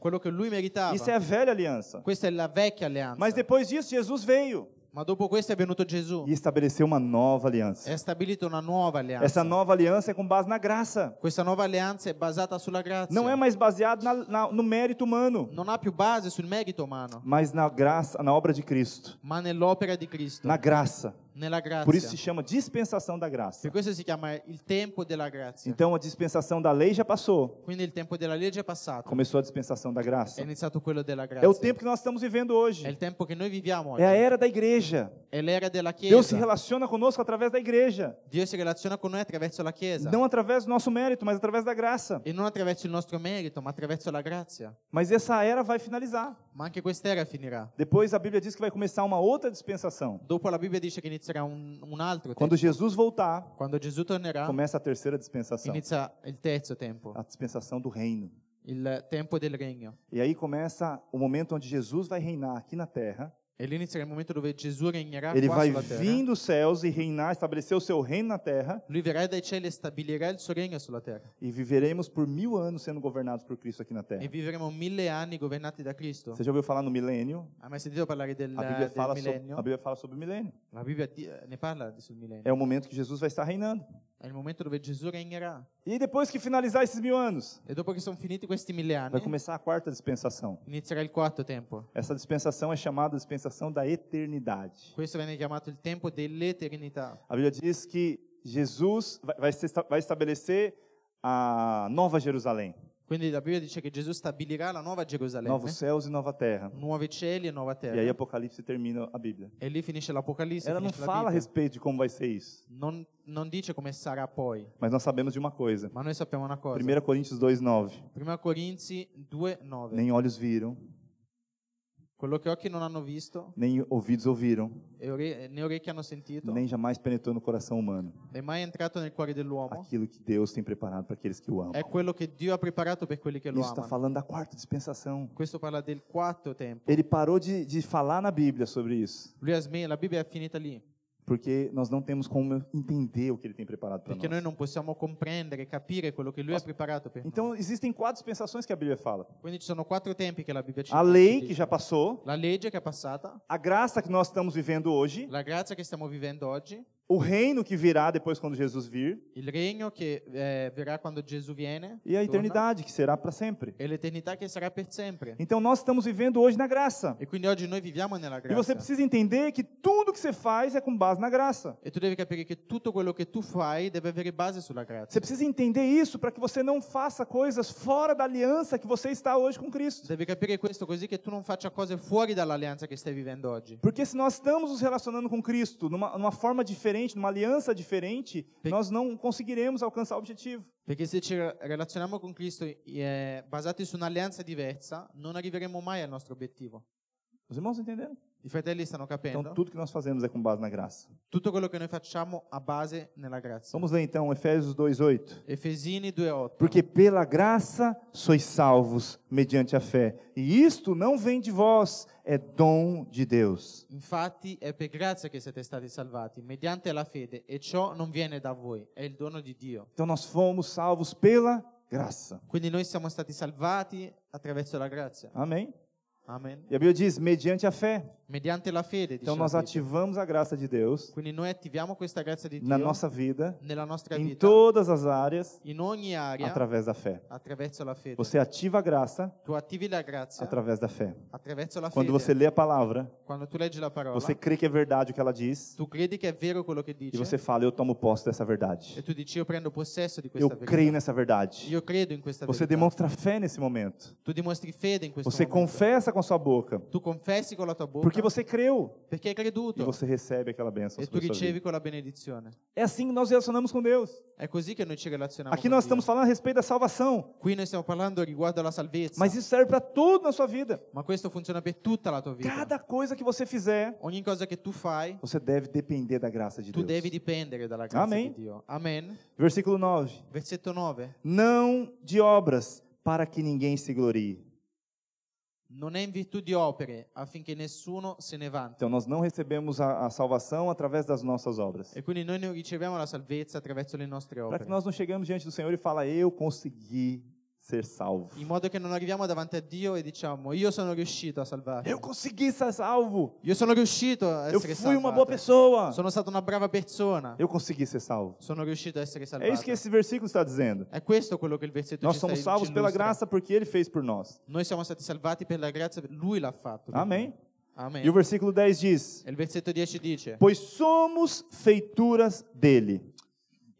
quello che lui meritava. Isso é a velha alianza. Questa è la vecchia alleanza. Mas depois disso, Jesus veio Ma dopo questo è venuto Gesù e estabeleceu uma nova aliança. e ha stabilito una nuova alleanza. Essa nova alianza é com base na graça. Questa nuova alleanza è basata sulla grazia. Não é mais baseado na- na- no mérito humano, Non ha più base sul merito umano, mas na graça, na obra de Cristo. ma nell'opera di Cristo, Na graça. nella grazia. Por isso se chama dispensação da Per graça. questo si chiama il tempo della grazia. Então a dispensação da lei já passou. Quindi il tempo della legge è passato, Começou a dispensação da è graça. iniziato quello della É grazia. o tempo que nós estamos vivendo È hoje. il tempo che noi viviamo oggi. É a era da igreja. È l'era della Chiesa. Deus se relaciona conosco através da igreja. Dio si relaziona con noi attraverso la Chiesa. Não através do nosso mérito, mas através da graça. E non attraverso il nostro merito, ma attraverso la grazia. Mas essa era vai finalizar. Ma anche quest'era finirà. Depois a Bíblia diz que vai começar uma outra dispensação. Dopo la Bibbia dice che inizierà un, un altro tempo. Quando Jesus voltar, Quando Gesù tornerà, começa a terceira dispensação inizia il terzo tempo, a dispensação do reino. il tempo del regno. E aí começa o momento onde Jesus vai reinar aqui na terra. E lì inizierà il momento dove Gesù regnerà Ele qua vai sulla terra. vir dos céus e reinar, estabelecer o seu reino na terra. Lui verrà dai cieli e stabilirà il suo regno sulla terra. E viveremos por mil anos sendo governados por Cristo aqui na E terra. vivremo mille anni governati da Cristo. Você já ouviu falar no milênio? Hai mai sentito parlare del, A Bíblia, del fala sobre, millennio? a Bíblia fala sobre o milênio. La Bibbia di- eh, ne parla di- sul millennio. É o momento que Jesus vai estar reinando. È il momento dove Gesù regnerà. E depois que finalizar esses mil anos, E dopo che sono finiti questi mille vai anni, começar a quarta dispensação. inizierà il quarto tempo. Essa dispensação é chamada dispensação da eternidade. Questo viene chiamato il tempo dell'eternità. A Bíblia diz que Jesus vai, vai se esta- vai estabelecer a nova Jerusalém, Quindi la Bibbia dice che Gesù stabilirà la nuova Gerusalemme, novos céus e nova terra. nuovi cieli e nuova E terra. aí Apocalipse termina a Bíblia. E lì finisce l'Apocalisse. Ela não finisce la fala a Bibbia. respeito de como vai ser isso, non, non dice come sarà poi, mas nós sabemos de uma coisa. ma noi sappiamo una cosa. 1 Coríntios 2:9. Prima Corinzi 2:9. Nem olhos viram, Quello che occhi non hanno visto nem ouvidos ouviram, e ore- né orecchie hanno sentito, nem jamais penetrou no coração humano è mai entrato nel cuore dell'uomo. aquilo que Deus tem preparado para aqueles que o amam. È quello che Dio ha preparato per quelli che lo Isso está amano. falando da quarta dispensação. Questo parla del quarto tempo. Ele parou de, de falar na Bíblia sobre isso, Lui ha smesso, la Bibbia è finita lì, porque nós não temos como entender o que ele tem preparado para perché nós. noi non possiamo comprendere, capire quello che lui ha preparato per noi. Então, existem quatro dispensações que a Bíblia fala: Quindi ci sono quattro tempi che la Bibbia ci a lei, ci que dice. já passou, La legge che è passata, a graça que nós estamos vivendo hoje, la grazia che stiamo vivendo oggi, o reino que virá depois quando Jesus vir, il regno che eh, verrà quando Gesù viene e a torna, eternidade, que será para sempre. e l'eternità che sarà per sempre. Então, nós estamos vivendo hoje na graça. E quindi oggi noi viviamo nella E você grazia. precisa entender que tudo que você faz é com base na graça. E tu devi capire che tutto quello che tu fai deve avere base sulla grazia. Você precisa entender isso para que você não faça coisas fora da aliança que você está hoje com Cristo. Devi capire questo così che tu non faccia cose fuori dall'alleanza che stai vivendo oggi. Porque se nós estamos nos relacionando com Cristo numa, numa forma diferente, numa aliança diferente, Pe- nós não conseguiremos alcançar o objetivo. Perché se ci relazioniamo con Cristo eh, basati su un'alleanza diversa, non arriveremo mai al nostro obiettivo. Os irmãos entenderam? I fratelli stanno capendo? Então, tudo que nós fazemos é com base na graça. Tutto quello che noi facciamo a base nella grazia. Vamos ler então Efésios 2:8. Efesini 2:8. Porque pela graça sois salvos mediante a fé, e isto não vem de vós, é dom de Deus. Infatti è per grazia che siete stati salvati, mediante la fede, e ciò non viene da voi, è il dono di Dio. Então nós fomos salvos pela graça. Quindi noi siamo stati salvati attraverso la grazia. Amém? Amen. E a Bíblia diz mediante a fé. Mediante la fede, dice Então la nós Bibbia. ativamos a graça de Deus Quindi noi attiviamo questa grazia di na Dio nossa vida, nella nostra em vita, todas as áreas, in ogni area, através da fé. attraverso la fede. Você ativa a graça Tu attivi la grazia através da fé. attraverso la Quando fede. você lê a palavra, Quando tu leggi la parola, você crê que é verdade o que ela diz tu credi che è vero quello che e dice você fala: Eu tomo posse dessa e verdade. tu dici io prendo possesso di Eu questa verità. creio nessa verdade. Io credo in questa Você verità. demonstra fé nesse momento. Tu dimostri fede in questo Você momento. confessa com sua boca. tu confessi con la tua bocca Porque você creu perché hai e creduto você recebe aquela bênção. sobre e tu a sua ricevi vida. quella benedizione. É assim que nós relacionamos com Deus. È così che noi ci relazioniamo. Aqui con nós Dio. estamos falando a respeito da salvação, Qui noi stiamo parlando riguardo alla salvezza, mas isso serve para tudo na sua vida. ma questo funziona per tutta la tua vita. Cada coisa que você fizer, Ogni cosa che tu fai, você deve depender da graça de tu devi Deus. dipendere dalla grazia Amen. di Dio. Amen. Versículo 9. Versetto 9. Não de obras, para que ninguém se glorie. Non è in virtù di opere affinché nessuno se ne vanti. Então nós não recebemos a, a salvação através das nossas obras. E quindi noi non riceviamo la salvezza attraverso le nostre Para que opere. nós não chegamos diante do Senhor e fala: "Eu consegui ser salvo. In modo che non arriviamo davanti a Dio e diciamo io sono riuscito a salvarti. Eu consegui ser salvo. Io sono riuscito a Eu essere fui uma salvato. boa pessoa. Sono stato una brava persona. Eu consegui ser salvo." Sono riuscito a essere É salvato. isso que esse versículo está dizendo. È questo quello che il versetto Nós ci sta somos ci salvos pela illustra. graça porque ele fez por nós. Noi siamo stati salvati per la grazia, lui l'ha fatto. Amém. Amen. E o versículo 10 diz: E il versetto 10 dice: Pois somos feituras dele,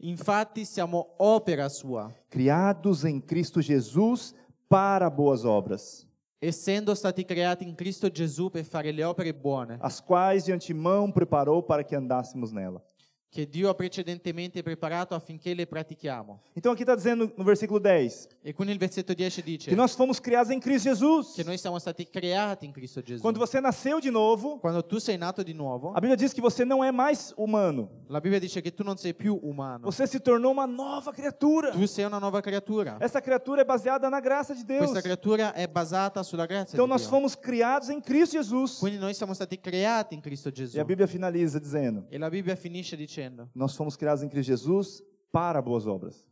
Infatti siamo opera sua, criados em Cristo Jesus para boas obras, essendo stati creati in Cristo Gesù per fare le opere buone as quais de antemão preparou para que andássemos nela. che Dio ha precedentemente preparato affinché le pratichiamo. Então aqui está dizendo no versículo 10 E quindi il versetto 10 dice que nós fomos criados em Cristo Jesus. che noi siamo stati creati in Cristo Gesù. Quando você nasceu de novo, Quando tu sei nato di nuovo, a Bíblia diz que você não é mais humano. la Bibbia dice che tu non sei più umano, Você se tornou uma nova criatura. tu sei una nuova creatura. Essa criatura é baseada na graça de Deus. Questa creatura è basata sulla grazia Então di nós Dio. fomos criados em Cristo Jesus. Quindi noi siamo stati creati in Cristo Gesù. E a Bíblia finaliza dizendo: E la Bibbia finisce dicendo, Nós fomos criados em Cristo Jesus para boas obras.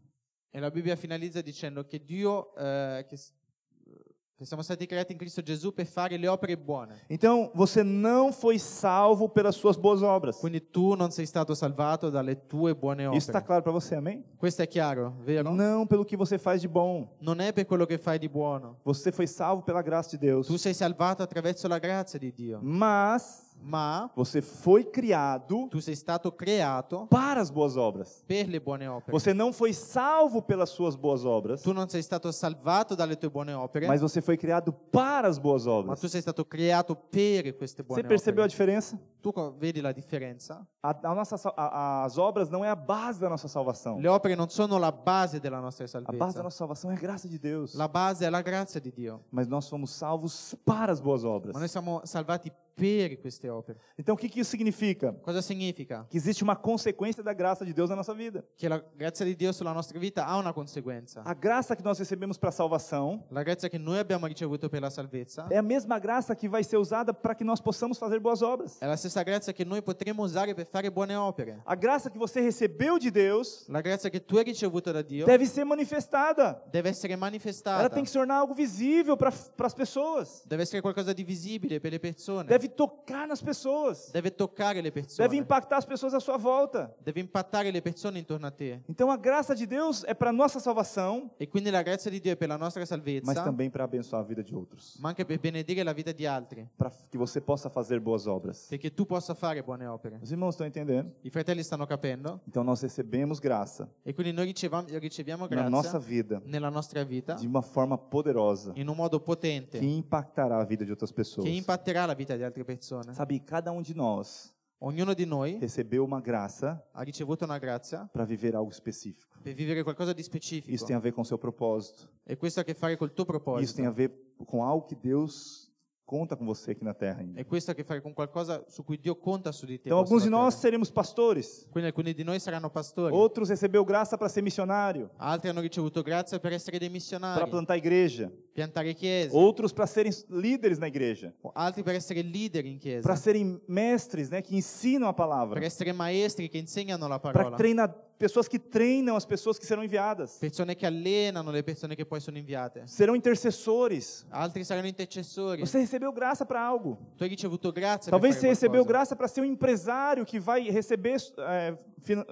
e la Bibbia finalizza dicendo che Dio, eh, che, s- che siamo stati creati in Cristo Gesù per fare le opere buone. Então você não foi salvo pelas suas boas obras. Isso Quindi tu non sei stato salvato dalle tue buone opere. está tá claro para você, amém? Questo è chiaro, vero? Não pelo que você faz de bom. Non è per quello che fai di buono. Você foi salvo pela graça de Deus. Tu sei salvato attraverso la grazia di Dio, Mas ma você foi criado tu sei stato creato para as boas obras. per le buone opere. Você não foi salvo pelas suas boas obras, Tu non sei stato salvato dalle tue buone opere, mas você foi criado para as boas ma obras. tu sei stato creato per queste buone Você percebeu a opere. diferença? Tu co- vedi la differenza? A, a nossa, sal- a- as obras não é a base da nossa salvação. Le opere non sono la base della nostra A base da salvezza. nossa salvação é a graça de Deus. La base è la grazia di Dio. Mas nós somos salvos para as boas obras. Ma noi siamo salvati per queste opere. Então o que, que isso significa? Cosa significa? Que existe uma consequência da graça de Deus na nossa vida. Che la grazia di Dio sulla nostra vita ha una conseguenza. A graça que nós recebemos para a salvação La grazia che noi abbiamo ricevuto per la salvezza é a mesma graça que vai ser usada para que nós possamos fazer boas obras. è la stessa grazia che noi potremo usare per fare buone opere. A graça que você recebeu de Deus La grazia che tu hai ricevuto da Dio deve ser manifestada. deve essere Ela manifestata. tem que se tornar algo visível para as pessoas. Deve essere qualcosa di visibile per le persone. Deve tocar nas pessoas. Deve toccare le Deve persone. impactar as pessoas à sua volta. Deve impattare le persone intorno a te. Então a graça de Deus é para nossa salvação, E quindi la grazia di Dio è per la nostra mas salvezza, também para abençoar a vida de outros, ma anche per benedire la vita di altri, para que você possa fazer boas obras. perché tu possa fare buone opere. Os irmãos estão entendendo? I fratelli stanno capendo Então nós recebemos graça e quindi noi ricevam- riceviamo na nossa grazia vida nella nostra vita de uma forma poderosa in un modo potente que impactará a vida de outras pessoas. che impatterà la vita di altre persone. Sabe, cada um de nós Ognuno di noi recebeu uma graça ha ricevuto una grazia para viver algo específico. per vivere qualcosa di Isso tem specifico a ver com o seu propósito. e questo ha a che fare col tuo Isso tem a proposito, ver com algo que Deus conta com você aqui na terra ainda. È questo a che fare con qualcosa su cui Dio conta su di te. Então, qua alguns de sulla terra. nós seremos pastores, Quindi alcuni di noi saranno pastori, outros recebeu graça para ser missionário, altri hanno ricevuto grazia per essere dei para missionari, plantar igreja, piantare chiese, outros para serem líderes na igreja, altri per essere leader in para chiesa, serem mestres, né, que ensinam a per palavra, essere maestri che insegnano la para parola, treinar pessoas que treinam as pessoas que serão enviadas, persone che allenano le persone che poi sono inviate. serão intercessores. Altri saranno intercessori. Você recebeu graça para algo. Tu hai ricevuto grazia. Talvez você per fare recebeu qualcosa. graça para ser um empresário que vai receber é, finan-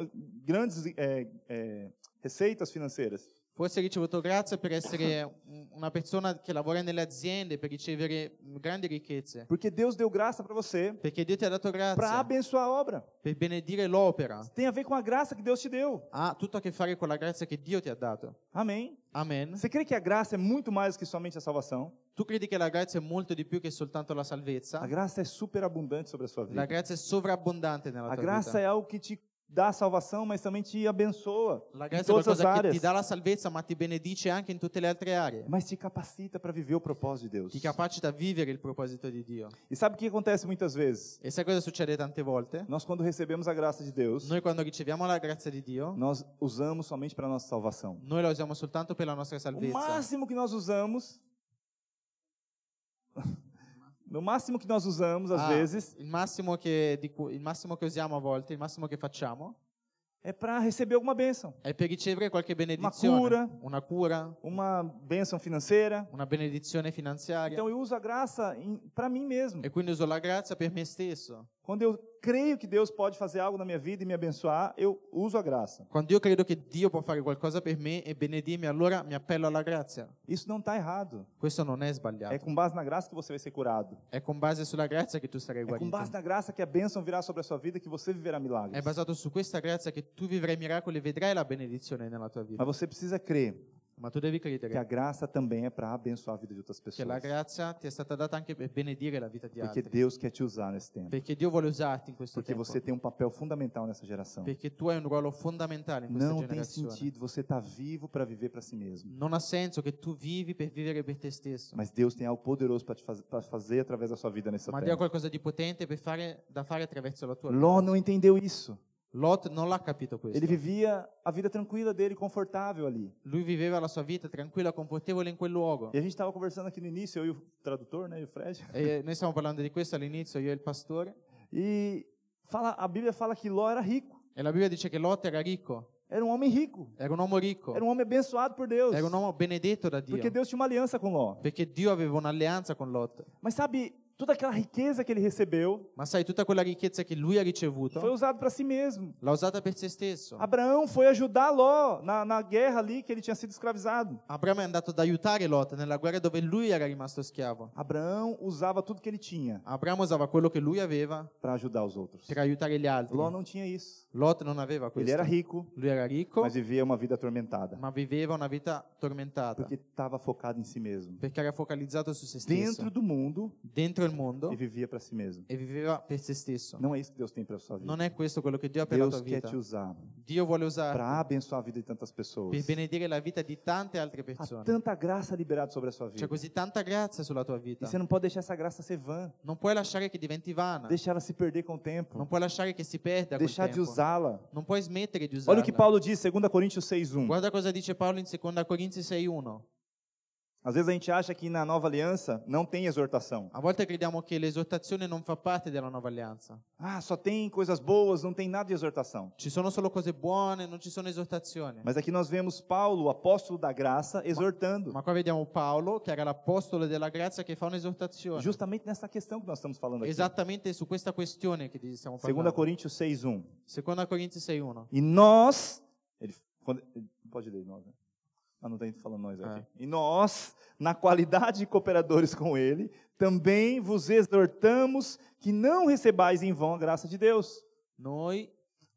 grandes é, é, receitas financeiras. Forse hai ricevuto grazia per essere un- una persona che lavora nelle aziende per ricevere mh, grandi ricchezze. Porque Deus deu graça para você Perché Dio ti ha dato para grazia abençoar a obra. per benedire l'opera. Tem a ver com a graça que Deus te deu. Ha tutto a che fare con la grazia che Dio ti ha dato. Amém. Amen. Você crê que a graça é muito mais que somente a salvação? Tu credi che la grazia è molto di più che soltanto la A salvezza? graça é superabundante sobre a sua La vida. grazia è sovrabbondante nella A tua graça vita. é algo que te dà a salvação, mas também te abençoa La em grazia è todas as qualcosa che ti áreas. dà la salvezza, ma ti benedice anche in tutte le altre aree. Mas te capacita para viver o propósito de Deus. Ti capacita a vivere il proposito di Dio. E sabe o que acontece muitas vezes? E sai cosa succede tante volte? Nós, quando recebemos a graça de Deus, Noi quando riceviamo la grazia di Dio, nós usamos somente para nossa salvação. noi la usiamo soltanto per la nostra O salvezza. máximo que nós usamos, no máximo que nós usamos às Ah, vezes, il, massimo che, di cui- il massimo che usiamo a volte, il massimo che facciamo, é para receber alguma bênção, è per ricevere qualche benedizione. cura. Una cura, uma bênção financeira. una benedizione finanziaria. Então eu uso a graça para mim mesmo. E quindi uso la grazia per me stesso. Quando eu creio que Deus pode fazer algo na minha vida e me abençoar, eu uso a graça. Quando io credo che Dio può fare qualcosa per me e benedirmi, allora mi appello alla grazia. Isso não está errado. Questo non è É sbagliato. com base na graça que você vai ser curado. È con base sulla grazia che tu sarai É com base guarito. na graça que a bênção virá sobre a sua vida, que você viverá È milagres. basato su questa grazia che tu vivrai miracoli e vedrai la benedizione nella tua vita. Mas você precisa crer Ma tu devi que a credere graça também é para abençoar a vida de outras che la pessoas. grazia ti è stata data anche per benedire la vita di Porque altri. Deus quer te usar nesse tempo. Perché Dio vuole usarti in questo Porque tempo. você tem um papel fundamental nessa geração. Perché tu hai un ruolo fondamentale in questa Não tem generazione. sentido você estar vivo para viver para si mesmo. Non ha senso che tu vivi per vivere per te stesso. Mas Deus tem algo poderoso para fazer através da sua vida nessa Ma Dio ha terra. qualcosa di potente per fare- da fare attraverso la tua vita. Ló não entendeu isso. Lot non l'ha capito Ele questo. vivia a vida tranquila dele, confortável ali. Lui viveva la sua vita tranquilla, confortevole in quel luogo. E a gente estava conversando aqui no início, eu e o tradutor, né, e o Fred. E noi stiamo parlando di questo all'inizio, io e il pastore. E fala, a Bíblia fala que Ló era rico. E la Bibbia dice che Lot era ricco, Era um homem rico. era un uomo ricco, Era um homem abençoado por Deus. era um un uomo benedetto da Dio. Porque Deus tinha uma aliança com Ló. Perché Dio aveva un'alleanza con Lot. Mas sabe, toda aquela riqueza que ele recebeu Ma sai, tutta quella ricchezza che lui ha foi ricevuto usado para si mesmo. l'ha usata per se stesso. Abraão foi ajudar Ló na, na guerra ali que ele tinha sido escravizado. Abramo è andato ad aiutare Lot nella guerra dove lui era rimasto schiavo. Abraão usava tudo que ele tinha Abramo usava quello che lui aveva para ajudar os outros. per aiutare gli altri. Ló não tinha isso. Lot non aveva Ele era questo. rico, Lui era ricco, mas vivia uma vida atormentada, ma viveva una vita tormentata porque estava focado em si mesmo. perché era focalizzato su se stesso, Dentro do mundo dentro il mondo e vivia para si mesmo. e viveva per se stesso. Não é isso que Deus tem para sua vida. Non è questo quello che Dio ha per la Deus tua quer vita. te usar Dio vuole usarti para abençoar a vida de tantas pessoas. per benedire la vita di tante altre Há persone. tanta graça liberada sobre a sua C'è vida. così tanta grazia sulla tua E vita. você não pode deixar essa graça ser vã. Non puoi lasciare che diventi vana. Deixar ela se perder com o Non tempo. puoi lasciare che si perda col Deixar de tempo. usá-la. Non puoi smettere di Olha o que usarla. Paulo diz, 2 Coríntios 6:1. Guarda cosa dice Paolo in 2 Corinzi 6.1. Às vezes a gente acha que na Nova Alianza não tem exortação. A volte crediamo che l'esortazione non fa parte della nuova alleanza. Ah, só tem coisas boas, não tem nada de exortação. Ci sono solo cose buone, non ci sono esortazioni. Mas aqui nós vemos Paulo, o apóstolo da graça, exortando. Ma qua vediamo Paolo, che era l'apostolo della grazia, che fa un'esortazione. Justamente nessa questão que nós estamos falando aqui. Esattamente su questa questione che di- stiamo 2 parlando. Coríntios 6:1. 2 Corinzi 6.1. E nós, ele, quando- ele- pode ler nós, né? Ah, não tem falando nós aqui. E nós, na qualidade de cooperadores com ele, também vos exortamos que não recebais em vão a graça de Deus. Noi,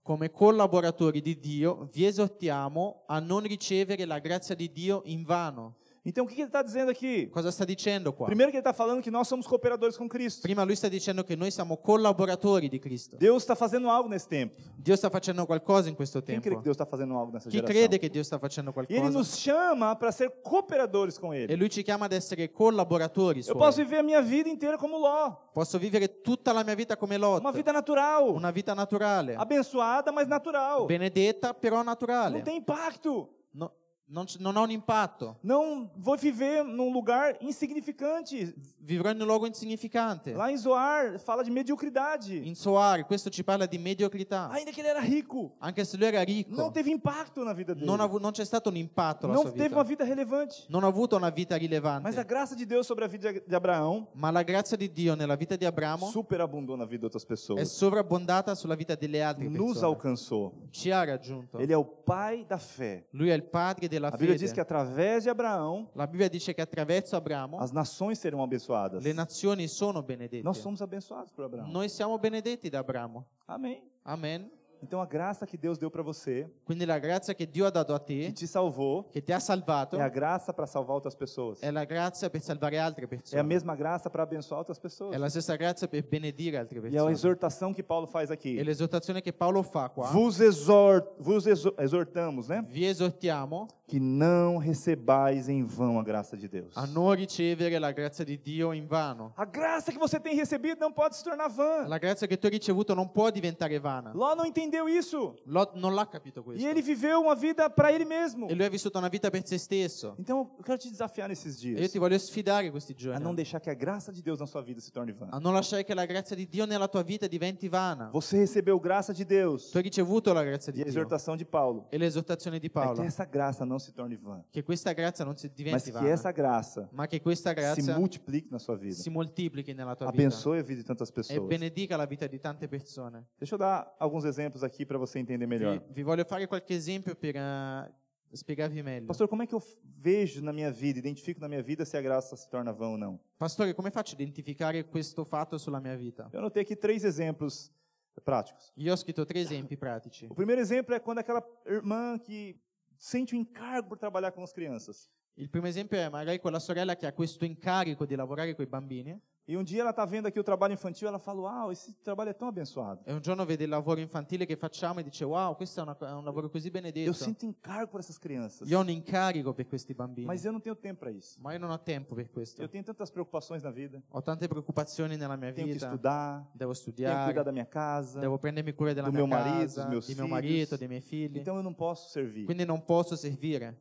come collaboratori di Dio, vi esortiamo a non ricevere la grazia di Dio in vano. Então, o que que ele está dizendo aqui? Cosa sta dicendo qua? Primeiro, que ele está falando que nós somos cooperadores com Cristo. Prima lui sta dicendo che noi siamo collaboratori di Cristo. Deus está fazendo algo nesse tempo. Dio sta facendo qualcosa in questo Quem crê tempo. que Deus está fazendo algo nessa Chi geração? crede che Dio sta facendo E ele qualcosa? nos chama para ser cooperadores com E ele. lui ci chiama ad essere collaboratori Eu posso suoi. viver a minha vida inteira como Ló, Posso vivere tutta la mia vita come Lot. uma vida natural, Una vita naturale. abençoada, mas natural. Benedetta, però naturale. Não tem impacto. No- non, c- non ha un impatto. Não vou viver num lugar insignificante. Vivrò in un luogo insignificante. Lá em Zoar fala de mediocridade. In Soar, questo ci parla di mediocrità. Ainda que ele era rico, Anche se lui era ricco, não non, teve impacto na vida dele. ha avu- non c'è stato un impatto alla sua Não teve vita. uma vida relevante. Non ha avuto una vita Mas a rilevante. graça de Deus sobre a vida de Abraão Ma la grazia di Dio nella vita di Abramo superabundou na vida de outras è pessoas. sovrabbondata sulla vita delle altre Nos persone. alcançou. Ci ha raggiunto. Ele é o pai da fé. Lui è il padre della A Bíblia diz que fede. através de Abraão La Bibbia dice che attraverso Abramo as nações serão abençoadas. le nazioni sono Nós benedette. somos abençoados por Abraão. Noi siamo benedetti da Abramo. Amém. Amen. Então a graça que Deus deu para você, Quindi la grazia che Dio ha dato a que te, te salvou, che ti ha salvato, é a graça para salvar outras pessoas. è la grazia per salvare altre É a persone. mesma graça para abençoar outras È pessoas. la stessa grazia per benedire altre E é a persone. exortação que Paulo faz E aqui. l'esortazione che Paolo fa qua, Vos, exor- vos exo- exortamos, né? vi esortiamo Que não recebais em vão a graça de Deus. a non ricevere la grazia di Dio in vano. A graça que você tem recebido não pode se tornar vã. La grazia che tu hai ricevuto non può diventare vana. Ló não entendeu isso. Lot non l'ha capito E questo. ele viveu uma vida para ele mesmo. E lui ha vissuto una vita per se stesso. Então, eu quero te desafiar nesses E io dias ti voglio sfidare questi a giorni não deixar que a graça de Deus na sua vida se torne vã. a non lasciare che la grazia di Dio nella tua vita diventi vana. Você recebeu graça de Deus Tu hai ricevuto la grazia e di a Dio exortação é de Paulo e l'esortazione di é que Paolo. essa graça não se torne vã, Che questa grazia non si mas diventi que vana, essa graça ma che questa se grazia multiplique na sua vida. si moltiplichi nella tua vita Abençoe a vida de tantas e pessoas. benedica la vita di tante persone. Deixa eu dar alguns exemplos aqui para você entender Vi, melhor. vi voglio fare qualche esempio per eh, spiegarvi meglio. Pastor, como é que eu f- vejo na minha vida, identifico na minha vida se a graça se torna vã ou não? Pastore, come faccio a identificare questo fatto sulla mia vita? Eu anotei aqui três exemplos práticos. Io ho scritto tre esempi pratici. O primeiro exemplo é quando aquela irmã que sente o encargo por trabalhar com as crianças. Il primo esempio è magari quella sorella che ha questo incarico di lavorare con i bambini E um dia ela está vendo aqui o trabalho infantil, ela fala: Uau, esse trabalho é tão abençoado. e un giorno vede il lavoro infantile che facciamo e dice wow, questo è, una- è un lavoro così Eu benedetto. sinto encargo por essas crianças, Io ho un incarico per questi bambini, mas eu não tenho tempo para isso. ma io non ho tempo per Eu questo. tenho tantas preocupações na vida. Ho tante preoccupazioni nella mia Tenho que vita. estudar, Devo tenho que cuidar studiare, da minha casa, devo prendermi cura della do mia meu marido, casa, dos meus di mio filhos. marito, dei miei figli. então eu não posso servir. Quindi non posso servire.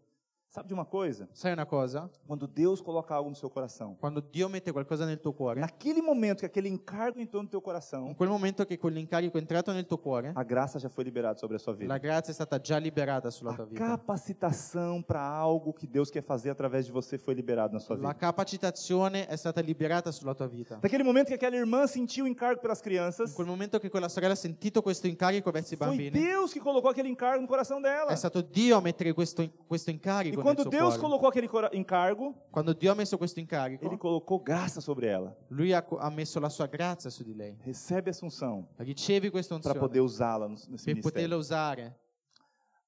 Sabe de uma coisa? Sai una cosa? Quando Deus coloca algo no seu coração, Quando Dio mette qualcosa nel tuo cuore, naquele momento que aquele encargo entrou no teu in coração, quel momento che quell'incarico è entrato nel tuo cuore, a graça já foi liberada sobre a sua la vida. grazia è stata già liberata sulla tua A vita. capacitação para algo que Deus quer fazer através de você foi liberada na sua La vida. capacitazione è stata liberata sulla tua vita. Naquele momento que aquela irmã sentiu o encargo pelas crianças, In quel momento che quella sorella ha sentito questo incarico verso i Foi bambini, Deus que colocou aquele encargo no coração dela. è stato Dio a mettere questo, questo E incarico nel quando suo Deus cuore. colocou aquele cora- encargo, Quando Dio ha messo questo Ele incarico, colocou graça sobre ela. Lui ha, co- ha messo la sua grazia su di lei. Recebe essa unção Ricevi questa para unzione poder usá-la nos- nesse per poterla ministério. usare.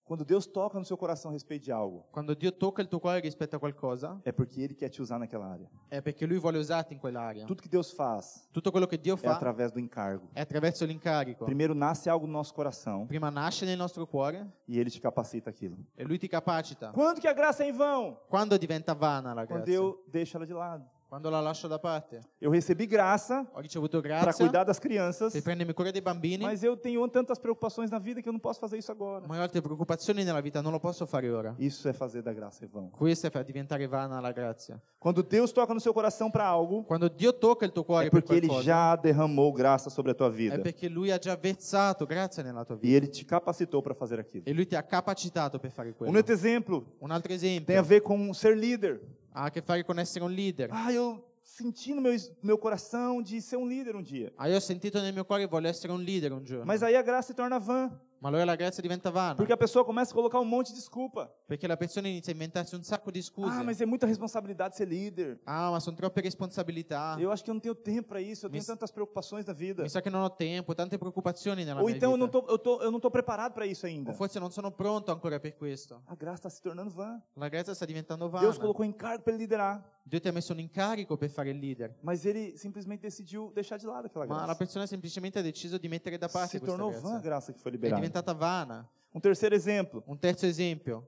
Quando Deus toca no seu coração a respeito de algo, Quando Dio tocca il tuo cuore rispetto a qualcosa, é porque Ele quer te usar naquela área. è perché Lui vuole usarti in quell'area. Tudo que Deus faz Tutto quello che Dio é fa através do encargo. è attraverso l'incarico. Primeiro nasce algo no nosso coração Prima nasce nel nostro cuore e Ele te capacita aquilo. e Lui ti capacita. Quando que a graça é em vão? Quando diventa vana la Quando grazia? eu deixo ela de lado. Quando la lascio da parte. Eu recebi graça Ho ricevuto para grazia cuidar das crianças, per prendermi cura dei bambini, mas eu tenho tantas preocupações na vida que eu não posso fazer isso agora. ma ho altre preoccupazioni nella vita, non lo posso fare ora. Isso é fazer da graça em vão. Questo è per diventare vana la grazia. Quando Deus toca no seu coração para algo, Quando Dio tocca il tuo cuore é per porque Ele qualcosa, já derramou graça sobre a tua è vida perché Lui ha già versato grazia nella tua e vita Ele te capacitou para fazer aquilo. e Lui ti ha capacitato per fare Um quello. outro exemplo Un altro tem a esempio ver com ser líder. ha a che fare con essere un leader. Ah, eu senti no meu, meu coração de ser um líder um dia, Ah, io ho sentito nel mio cuore che voglio essere un leader un giorno, mas aí a graça se torna vã. Ma allora la grazia diventa vana, Porque a pessoa começa a colocar um monte de desculpa. perché la persona inizia a inventarsi un sacco di scuse. Ah, mas é muita responsabilidade ser líder. Ah, ma sono troppe responsabilità. Eu acho que eu não tenho tempo para isso, eu tenho Mas- tantas preocupações na vida. Mi sa che non ho tempo, tante preoccupazioni nella Ou mia então eu vita. não tô, eu tô, eu não tô preparado para isso O ainda. forse non sono pronto ancora per questo. A graça está se tornando vã. La grazia sta diventando vana. Deus colocou encargo para ele liderar, Dio ti ha messo un incarico per fare il leader, mas ele simplesmente decidiu deixar de lado aquela ma la graça. persona semplicemente ha deciso di mettere da Se parte questa tornou grazia. vã a graça que foi È liberada. diventata vana. Um terceiro exemplo. Un terzo esempio,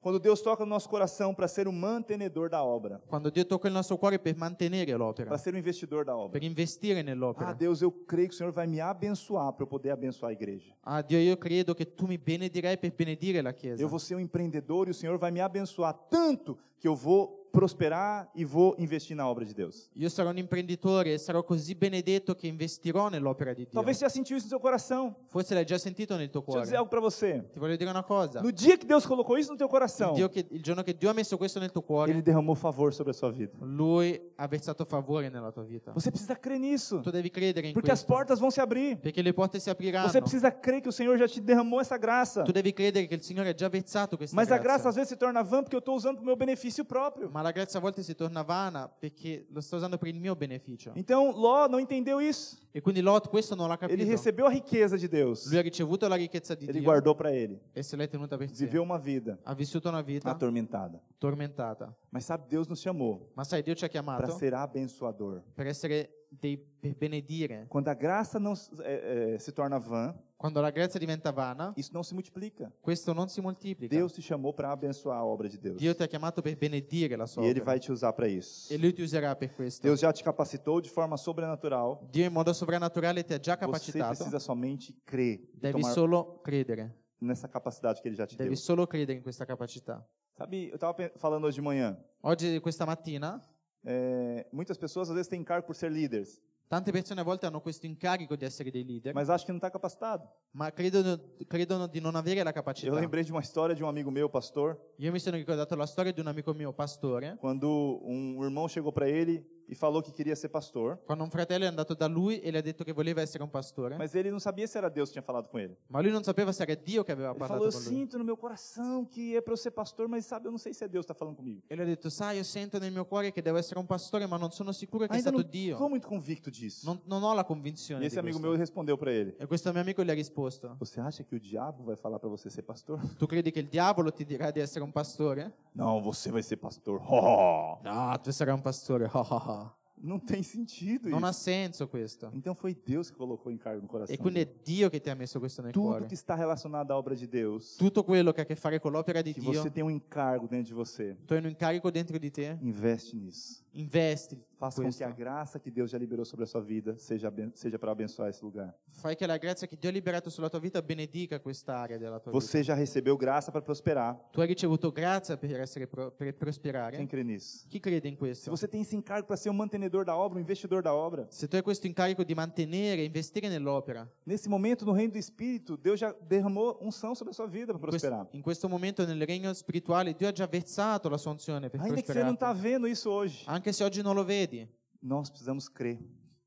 Quando Deus toca no nosso coração para ser o mantenedor da obra, quando Dio tocca il nostro cuore per mantenere para l'opera, ser o investidor da obra. per investire Ah, nell'opera. Deus, eu creio que o Senhor vai me abençoar para eu poder abençoar a igreja. Ah Dio, io credo che tu mi benedirai per benedire la Chiesa. Eu vou ser um empreendedor e o Senhor vai me abençoar tanto que eu vou prosperar e vou investir na obra de Deus. Io sarò un imprenditore e sarò così benedetto che investirò nell'opera di Dio. Talvez você já sentiu isso no seu coração. Forse l'hai già sentito nel tuo Deixa eu dizer cuore. algo para você. Ti voglio dire una cosa. No dia que Deus colocou isso Tá. no teu Il, coração, Dio che- il giorno che Dio ha messo questo nel tuo cuore, Ele derramou favor sobre a sua vida. Lui ha versato favore nella tua vita. Você precisa crer nisso, Tu devi credere in porque as questo, portas vão se abrir. perché le porte si apriranno. Você precisa crer que o Senhor já te derramou essa graça. Tu devi credere che il Signore ha già versato questa Mas a graça grazia. às vezes se torna vã porque eu estou usando para o meu benefício próprio. Ma la grazia a volte si torna vana perché lo sto usando per il mio beneficio. Então Ló não entendeu isso. E quindi Lot questo non l'ha capito. Ele recebeu a riqueza de Deus. Lui ha ricevuto la ricchezza di Ele Dio guardou para ele. e se l'è tenuta per sé. Viveu uma vida Ha vissuto una vita atormentada. tormentata. Mas sabe, Deus nos chamou Ma sai, Dio ci ha para chiamato ser abençoador. per essere dei per benedire. Quando a graça não s- é, é, se torna vã, Quando la grazia diventa vana, isso não se multiplica. questo non si moltiplica. Deus te chamou para abençoar a obra de Deus. Dio ti ha chiamato per benedire la sua E Ele opera. vai te usar para isso. E lui ti userà per questo. Deus já te capacitou de forma sobrenatural. Dio in modo sovrannaturale ti ha già Você capacitato. precisa somente crer e Devi tomar solo credere. nessa capacidade que Ele já te deu. Devi solo credere in questa capacità. Sabe, eu estava falando hoje de manhã. Oggi, questa mattina, é, muitas pessoas às vezes têm encargo por ser líderes, tante persone a volte hanno questo incarico di essere dei leader, mas acham que não está capacitado. ma credono, credono di non avere la capacità. Eu lembrei de uma história de um amigo meu, pastor, Io mi sono ricordato la storia di un amico mio, pastore, quando um irmão chegou para ele e falou que queria ser pastor, quando un fratello è andato da lui e le ha detto che voleva essere un pastore, mas ele não sabia se era Deus que tinha falado com ele. ma lui non sapeva se era Dio che aveva Ele falou: parlato Eu con lui. sinto no meu coração que é para eu ser pastor, mas sabe, eu não sei se é Deus que está falando comigo. E lui ha detto, sai, io sento nel mio cuore che devo essere un pastore, ma non sono sicuro che è Ainda stato não estou Dio. muito convicto disso. Non, non ho la E convinzione di esse amigo questo. meu respondeu para ele: E questo mio amico gli ha risposto, Você acha que o diabo vai falar para você ser pastor? tu credi che il diavolo ti dirà di essere un pastore? Não, você vai ser pastor. Ho, ho, ho. No, tu sarai un pastore. ah, ah, ah. Não É tem sentido Non ha isso. senso questo. Então foi Deus que colocou o encargo no coração. E quindi dele. è Dio che ti ha messo questo nel Tudo cuore. que está relacionado à obra de Deus, Tutto quello che ha a che fare con l'opera di que você Dio, tem um encargo dentro de você, tu hai un um incarico dentro di te, investe nisso. investi Faça com que a questo. graça que Deus já liberou sobre a sua vida seja, aben- seja para abençoar esse lugar. Fai che la grazia che Dio ha liberato sulla tua vita benedica quest'area della tua vita. Você já recebeu graça para prosperar. Tu hai ricevuto grazia per, essere pro- per Quem prosperare. crê nisso? Chi crede in Se questo? você tem esse encargo para ser um mantenedor da obra, um investidor da obra, Se tu hai questo incarico di mantenere, investire nell'opera, nesse momento no reino do Espírito, Deus já derramou unção sobre a sua vida para in questo- prosperar. in questo momento nel regno spirituale Dio ha già versato la sua unzione per Ainda que você não prosperare. está vendo isso hoje, Anche se oggi non lo vedi, nós precisamos crer.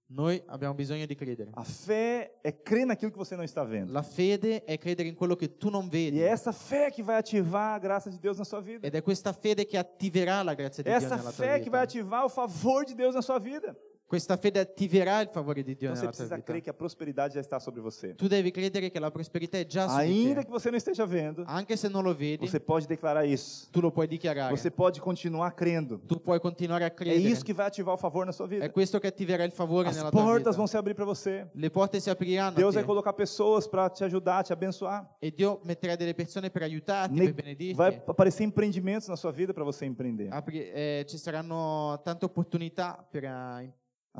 noi abbiamo bisogno di credere. A fé é crer naquilo que você não está vendo. La fede è credere in quello che tu non vedi. E é essa fé que vai ativar a graça de Deus na sua vida. Ed è questa fede che attiverà la grazia di É Dio essa nella tua fé que vai vita. ativar o favor de Deus na sua vida. Questa fede attiverà il favore di Dio Então você nella tua precisa vita. crer que a prosperidade já está sobre você. Tu devi credere che la prosperità è già su di Ainda te. que você não esteja vendo, Anche se non lo vedi, você pode declarar isso. tu lo puoi dichiarare. Você pode continuar crendo. Tu puoi continuare a É credere. isso que vai ativar o favor na sua È vida. questo che attiverà il favore As nella tua Tá vita. portas vão se abrir para você. Le porte si apriranno a Deus te. vai colocar pessoas para te ajudar, te abençoar. e Dio metterà delle persone per aiutarti, Ne- per benedirti. Vai aparecer empreendimentos na sua vida para você empreender. Apri- eh, ci saranno tante opportunità per eh,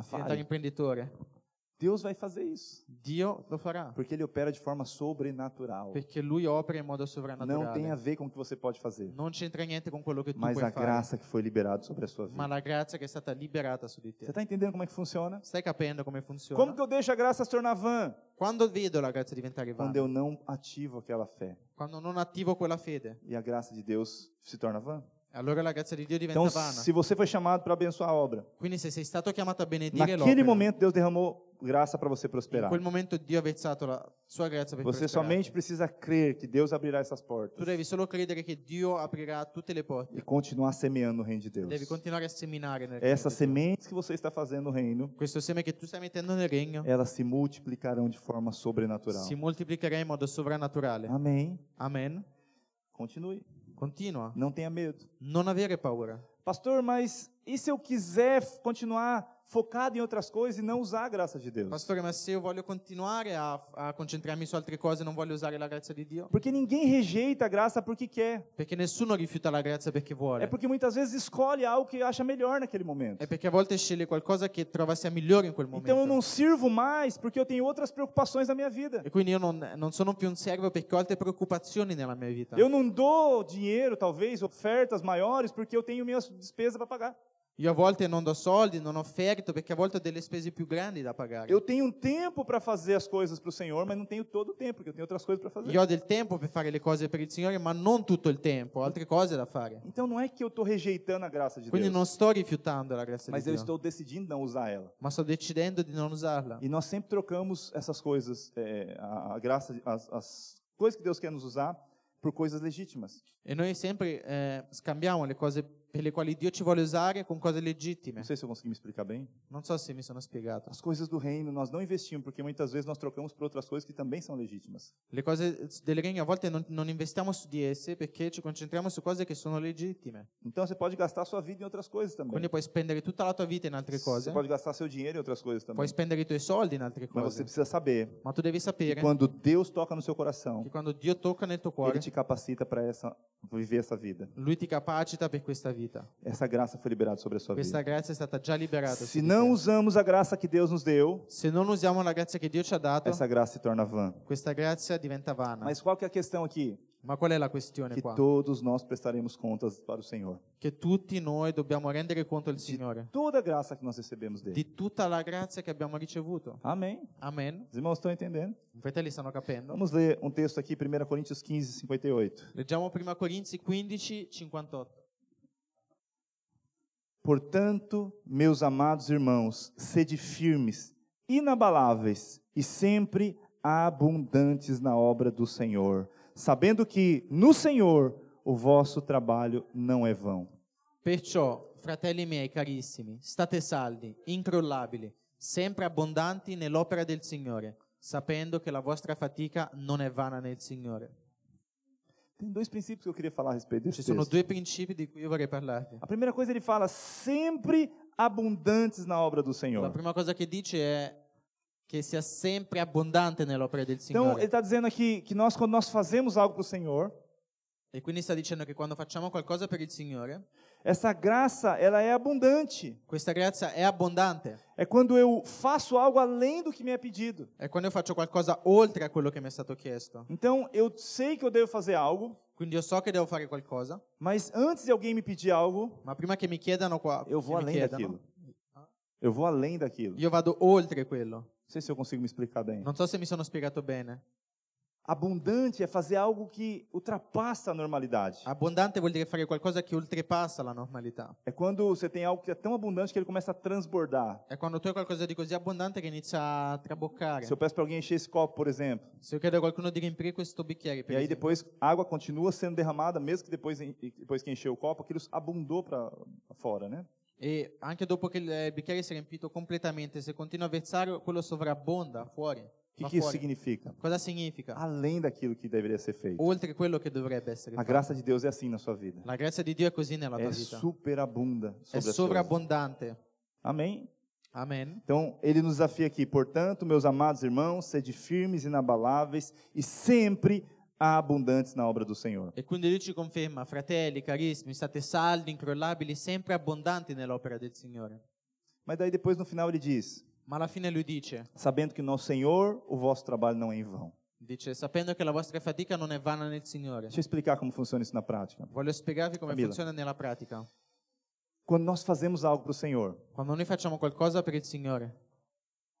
A diventare falha. imprenditore. Deus vai fazer isso. Dio lo farà. Porque Ele opera de forma sobrenatural. Perché lui opera in modo Não sovrannaturale. tem a ver com o que você pode fazer. Non c'entra niente con quello che tu Mas a puoi fare, graça que foi liberada sobre a sua ma vida. la grazia che è stata liberata su di Você te. está entendendo como é que funciona? Stai capendo come funziona? Como que eu deixo a graça se tornar vã? Quando vedo la grazia diventare vana, Quando quando, eu não ativo aquela fé. non attivo quella fede E a graça de Deus se torna vã? Allora la grazia di Dio diventa Então, vana. se você foi chamado para abençoar a obra, Quindi se sei stato chiamato a benedire naquele l'opera, momento Deus derramou graça para você in prosperar. quel momento Dio ha versato la sua grazia per Você prosperare. somente precisa crer que Deus abrirá essas Tu portas devi solo credere che Dio aprirà tutte le porte. e continuar semeando no reino de Deus. Devi continuare a seminare nel Essas regno. sementes que você está fazendo no reino, Questo seme che tu stai mettendo nel regno elas se multiplicarão de forma sobrenatural. si moltiplicherà in modo Eh? sovrannaturale. Amém. Amen. Continue. Continua. Não tenha medo. Non avere paura. Pastor, mas e se eu quiser f- continuar focado em outras coisas e não usar a graça de Deus? Pastore, ma se io voglio continuare a, a concentrarmi su altre cose, non voglio usare la grazia di Dio? Porque ninguém rejeita a graça porque quer. Perché nessuno rifiuta la grazia perché vuole. É porque muitas vezes escolhe algo que acha melhor naquele momento. È perché a volte sceglie qualcosa che trova sia migliore in quel é momento. Então eu não sirvo mais porque eu tenho outras preocupações na minha vida. E quindi io non, non sono più un servo perché ho altre preoccupazioni nella mia vita. Eu não dou dinheiro, talvez, ofertas maiores porque eu tenho minhas despesas para pagar. Io a volte non do soldi, non offerto perché a volte ho delle spese più grandi da pagare. Eu tenho um tempo para fazer as coisas para o Senhor, mas não tenho todo o tempo, porque eu tenho outras coisas para fazer. Io ho del tempo per fare le cose per il Signore, ma non tutto il tempo, ho altre cose da fare. Então não é que eu estou rejeitando a graça de Quindi Deus, non sto rifiutando la grazia mas di eu Dio, estou decidindo não usar ela. ma sto decidendo di non usarla. E nós sempre trocamos essas coisas, é, a, a graça, de- as, as coisas que Deus quer nos usar, por coisas legítimas. E noi sempre eh, scambiamo le cose per le quali Dio ci vuole usare con cose legittime. Não sei se eu consegui me explicar bem. Non so se mi sono spiegato. As coisas do reino nós não investimos, porque muitas vezes nós trocamos por outras coisas que também são legítimas. Le cose del regno a volte non, non investiamo su di esse perché ci concentriamo su cose che sono legittime. Então você pode gastar sua vida em outras coisas também. Quindi puoi spendere tutta la tua vita in altre Você cose, pode gastar seu dinheiro em outras coisas também. puoi spendere i tuoi soldi in altre Mas você cose, precisa saber ma tu devi que sapere quando Deus toca no seu coração, che quando Dio tocca nel tuo Ele cuore, te capacita para essa viver essa vida. Lui ti capacita per questa vita. Essa graça foi liberada sobre a sua Questa vida. grazia è stata già liberata. Se su di não te. usamos a graça que Deus nos deu, Se non usiamo la grazia che Dio ci ha dato, essa graça se torna vã. questa grazia diventa vana. Mas qual que é a questão aqui? Ma Ah. qual è la questione Que qua? todos nós prestaremos contas para o Senhor. Che tutti noi dobbiamo rendere conto al Signore Toda a graça que nós recebemos dele. di tutta la grazia che abbiamo ricevuto. Amém. Amen. Os irmãos estão entendendo? I fratelli stanno capendo. Vamos ler um texto aqui, 1 Coríntios 15, 58. Leggiamo prima Corinzi 15, 58. Portanto, meus amados irmãos, sede firmes, inabaláveis e sempre abundantes na obra do Senhor, sabendo que no Senhor o vosso trabalho não é vão. Perciò, fratelli miei carissimi, state saldi, incrollabili, sempre abbondanti nell'opera del Signore, sapendo che la vostra fatica non è vana nel Signore. Tem dois princípios que eu queria falar a respeito Ci desse sono texto. due principi di cui io vorrei parlarvi. A primeira coisa ele fala sempre abundantes na obra do La Senhor. prima cosa che dice è che sia sempre abbondante nell'opera del Então ele Signore. está dizendo aqui que nós quando nós fazemos algo para o Senhor, E quindi sta dicendo che quando facciamo qualcosa per il Signore, essa graça ela é abundante. questa grazia è abbondante. É quando eu faço algo além do que me é pedido. È quando io faccio qualcosa oltre a quello che mi è stato chiesto. Então eu sei que eu devo fazer algo, Quindi io so che devo fare qualcosa, mas antes de alguém me pedir algo, ma prima che mi chiedano qua, eu che vou mi além chiedano, daquilo. Eu vou além daquilo. Não io vado oltre quello. sei se eu consigo me explicar bem. Non so se mi sono spiegato bene. Abundante é fazer algo que ultrapassa a normalidade. Abbondante vuol dire fare qualcosa che oltrepassa la normalità. É quando você tem algo que é tão abundante que ele começa a transbordar. È quando tu hai qualcosa di così abbondante che inizia a traboccare. Se eu peço para alguém encher esse copo, por exemplo, Se io chiedo a qualcuno di riempire questo bicchiere, per e aí esempio, depois a água continua sendo derramada, mesmo que depois, en- depois que encheu o copo, aquilo abundou para fora, né? e anche dopo che il eh, bicchiere si è riempito completamente, se continua a versare, quello sovrabbonda fuori. O que, va que isso fuori. significa? Cosa significa? Além daquilo que deveria ser feito. Oltre quello che dovrebbe essere Ah, A fatto. graça de Deus é assim na sua vida. La grazia di Dio è così nella tua é vita. superabunda È sobre as coisas. sovrabbondante. Amém? Amen. Então, ele nos desafia aqui, portanto, meus amados irmãos, sede firmes, inabaláveis e sempre abundantes na obra do Senhor. E quindi lui ci conferma, fratelli, carissimi, state saldi, incrollabili, sempre abbondanti nell'opera del Signore. Mas daí depois no final ele diz: Ma alla fine lui dice, sabendo que no Senhor o vosso trabalho não é em vão. dice, sapendo che la vostra fatica non è vana nel Signore. Deixa eu explicar como funciona isso na prática. Voglio spiegarvi come Camilla. funziona nella pratica. Quando nós fazemos algo para o Senhor, Quando noi facciamo qualcosa per il Signore,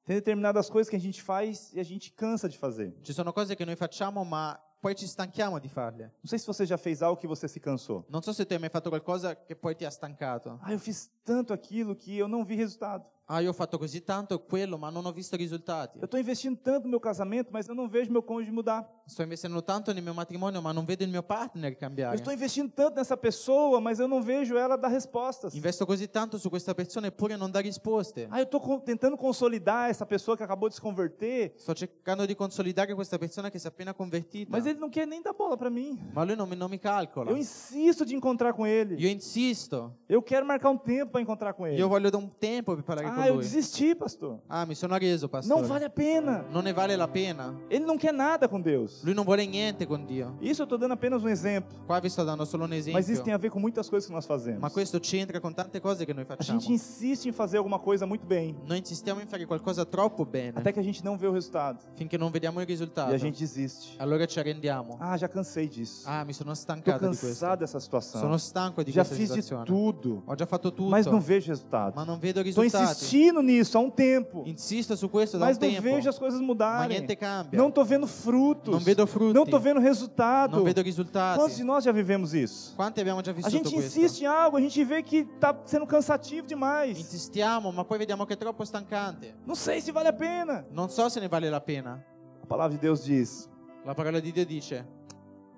tem determinadas coisas que a gente faz e a gente cansa de fazer. ci sono cose che noi facciamo ma poi ci stanchiamo di farle. Não sei se você já fez algo que você se cansou. Non so se tu hai mai fatto qualcosa che poi ti ha stancato. Ah, eu fiz tanto aquilo que eu não vi resultado. Ah, io ho fatto così tanto quello, ma non ho visto risultati. Eu estou investindo tanto no meu casamento, mas eu não vejo meu cônjuge mudar. Sto investendo tanto nel mio matrimonio, ma non vedo il mio partner Eu cambiare. estou investindo tanto nessa pessoa, mas eu não vejo ela dar respostas. Investo così tanto su questa persona eppure non dà risposte. Ah, eu estou tentando consolidar essa pessoa que acabou de se converter, Sto cercando di consolidare questa persona che si è appena convertita, mas ele não quer nem dar bola para mim. ma lui non mi, non mi calcola. Eu insisto de encontrar com ele. Io insisto, Eu quero marcar um tempo para encontrar com ele. io voglio da un tempo per parlare Ah, con eu lui. desisti, pastor. Ah, mi sono arreso, pastore. Não vale a pena. Non ne vale la pena. Ele não quer nada com Deus. Lui non vuole niente con Dio. Isso eu estou dando apenas um exemplo, Qua vi sto dando solo un mas isso tem esempio, a ver com muitas coisas que nós fazemos. ma questo c'entra con tante cose che noi A facciamo. gente insiste em fazer alguma coisa muito bem, Noi insistiamo in fare qualcosa troppo bene até que a gente não vê o resultado finché non vediamo il risultato. e a gente desiste. Allora ci arrendiamo. Ah, já cansei disso. Ah, mi sono Estou stancato di questo. cansado dessa situação. Sono stanco di Já questa fiz de situazione. tudo, Ho già fatto tutto, mas não vejo resultado. ma non vedo Estou risultati. insistindo nisso há um tempo, Insisto su questo da mas un não tempo, vejo as coisas ma mudarem. niente cambia. Não estou vendo frutos. Non vedo frutti. Não estou vendo resultado. Non vedo Quantos de risultati. nós já vivemos isso? Quanti abbiamo già A vissuto gente questo? insiste em algo, a gente vê que está sendo cansativo demais. Insistiamo, ma poi vediamo che è troppo stancante. Não sei se vale a pena. Non so se ne vale la pena. A palavra de Deus diz La parola di Dio dice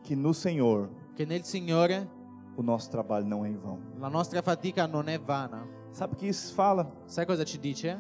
que no Senhor che nel Signore o nosso trabalho não é em vão. la nostra fatica non è vana. Sabe o que isso fala? Sai cosa ci dice?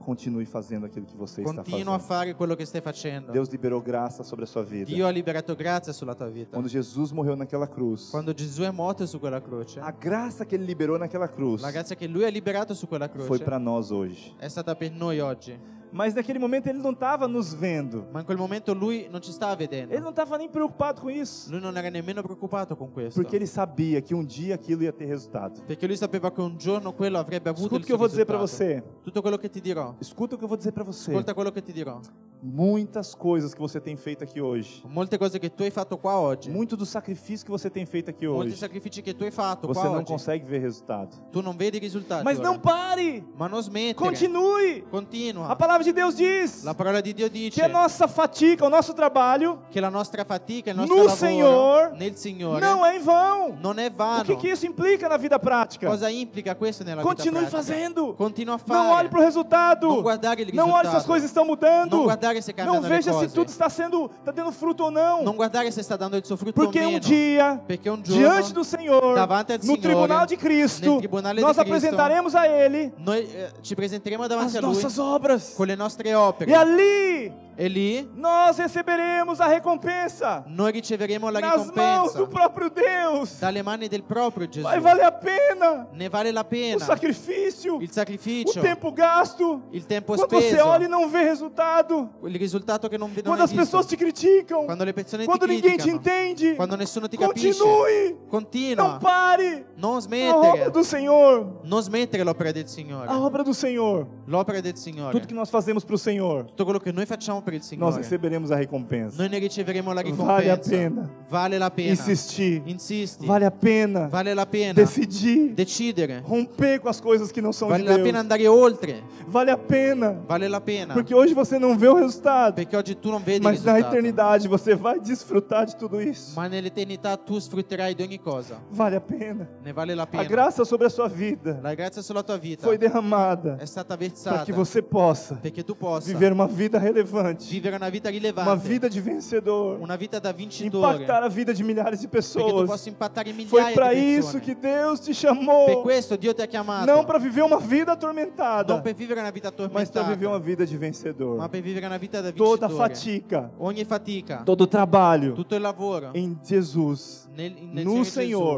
Continue fazendo aquilo que você Continua a está fazendo. fare quello che stai facendo. Deus liberou graça sobre a sua vida. Dio ha liberato grazia sulla tua vita. Quando Jesus morreu naquela cruz, Quando Gesù è morto su quella croce, a graça que ele liberou naquela cruz la grazia che lui ha liberato su quella foi croce para nós hoje. è stata per noi oggi. Mas naquele momento ele não estava nos vendo. Ma in quel momento lui non ci stava Ele vedendo. não estava nem preocupado com isso. Lui non era nemmeno preoccupato con questo. Porque ele sabia que um dia aquilo ia ter resultado. Perché lui sapeva che un giorno quello avrebbe avuto Escuta il o que eu suo vou dizer para risultato. você. Tutto quello che ti dirò. Escuta o que eu vou dizer para você. Ascolta quello che ti dirò. Muitas coisas que você tem feito aqui hoje, Molte cose che tu hai fatto qua oggi. muito do sacrifício que você tem feito aqui Molti hoje, sacrifici che tu hai fatto você qua não oggi. consegue ver resultado. Tu non vedi i risultati. Mas ora. não pare! Ma non smettere. Continue! Continua. A palavra de Deus diz La parola di Dio que dice a nossa fatiga, o nosso trabalho, che la nostra fatica, il No nostro lavoro Signor, nel Signore não é em vão. non è O vano. que, que isso implica na vida prática? Cosa implica questo nella Continue vita pratica? fazendo. Continua a fare. Não olhe para o resultado. Non guardare il Não olhe se risultato. as coisas estão mudando. Non guardare se cambiano Não le veja se cose. tudo está sendo, está tendo fruto ou não. Non guardare se sta dando il suo frutto Porque o meno. um dia, Perché un giorno, diante do Senhor, né, davanti al no Signore, tribunal de Cristo, Então, é nel tribunale di nós Cristo, apresentaremos a Ele Noi eh, ci presenteremo as davanti a Lui nossas obras. con le nostre opere. E ali E lì nós receberemos a recompensa noi riceveremo la nas mãos ricompensa do próprio Deus. dalle mani del proprio Gesù. Vai valer a pena Ne vale la o pena sacrifício, il o sacrificio, tempo gasto. il tempo Quando você speso, olha e não vê resultado, il risultato che non, non quando hai as visto. pessoas te criticam, é Quando le persone quando ti ninguém te criticano, entende, quando nessuno ti continue, capisce, não continua, pare. non A obra smettere, do Senhor, non smettere l'opera del Signore, a obra do Senhor, l'opera del Signore, tudo que nós fazemos para o Senhor, tutto quello che noi facciamo per il nós Signore, receberemos a recompensa. noi ne riceveremo la Vale a ricompensa, pena. vale la pena, Insistir, insisti, vale Oh, a pena vale la pena decidir, decidere, romper com as coisas que não são de vale la pena Deus. andare oltre, Vale a pena, vale la pena, porque hoje você não vê o resultado. perché oggi tu non vedi il Mas na risultato, eternidade você vai desfrutar de tudo isso. ma nell'eternità tu sfrutterai di ogni cosa, Vale a pena. ne vale la A pena, graça sobre a sua vida né, la grazia sulla tua vita foi derramada è stata para versata que você possa perché tu possa viver uma vida relevante, vivere una vita rilevante, uma vida de vencedor, una vita da vincitore, impactar a vida de milhares de perché tu pessoas. possa impattare Foi migliaia para di isso persone. que Deus te Per chamou, questo Dio ti ha chiamato, não para viver uma vida non atormentada, per vivere una vita mas para tormentata, viver uma Tá. vida de ma vencedor. per vivere una vita da Toda vincitore. a fatica, Ogni fatica, todo o trabalho tutto il lavoro em Jesus nel, nel no Signore Gesù,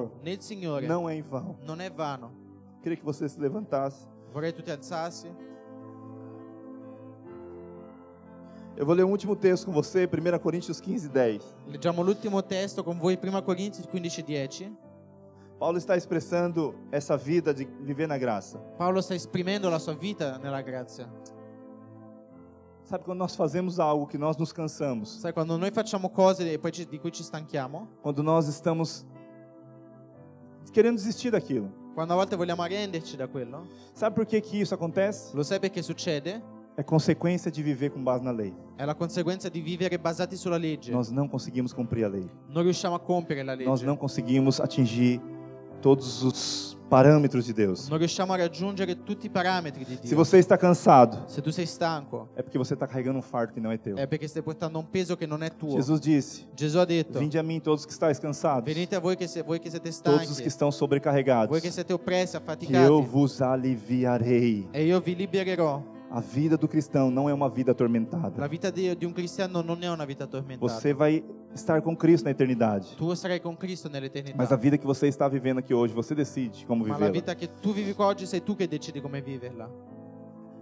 Signore, nel Signore não é em vão. non è vano. Queria que você se levantasse. Vorrei tu ti alzassi. Eu vou ler o último texto com você, 1 Coríntios 15, 10. Leggiamo l'ultimo testo con voi, 1 Corinzi 15:10. Paulo está expressando essa vida de viver na graça. Paolo sta esprimendo la sua vita nella grazia. Sabe quando nós fazemos algo que nós nos cansamos, Sai, quando noi facciamo cose e poi ci- di cui ci stanchiamo, quando nós estamos querendo desistir daquilo. Quando a volte vogliamo arrenderci da quello, Sabe por que, que isso acontece? lo sai perché succede? é consequência de viver com base na lei. È la conseguenza di vivere basati sulla legge. Nós não conseguimos cumprir a lei. Non riusciamo a compiere la legge. Nós não conseguimos atingir todos os parâmetros de Deus. Non riusciamo a raggiungere tutti i parametri di Dio. Se você está cansado, Se tu sei stanco, é porque você está carregando um fardo que não é teu. è perché stai portando un peso che non è tuo. Jesus disse: Gesù ha detto: Vinde a mim todos que estáis cansados, Venite a voi che, se- voi che siete todos os que stanchi, estão sobrecarregados, voi che siete oppressi, que eu affaticati, vos aliviarei. e io vi libererò. A vida do cristão não é uma vida La atormentada. vita di, di un cristiano non è una vita tormentata. Você vai estar com Cristo na eternidade. Tu sarai con Cristo nell'eternità. Mas a vida que você está vivendo aqui hoje, você decide como Ma la vivê-la. vita che tu vivi qua oggi sei tu che decidi come viverla.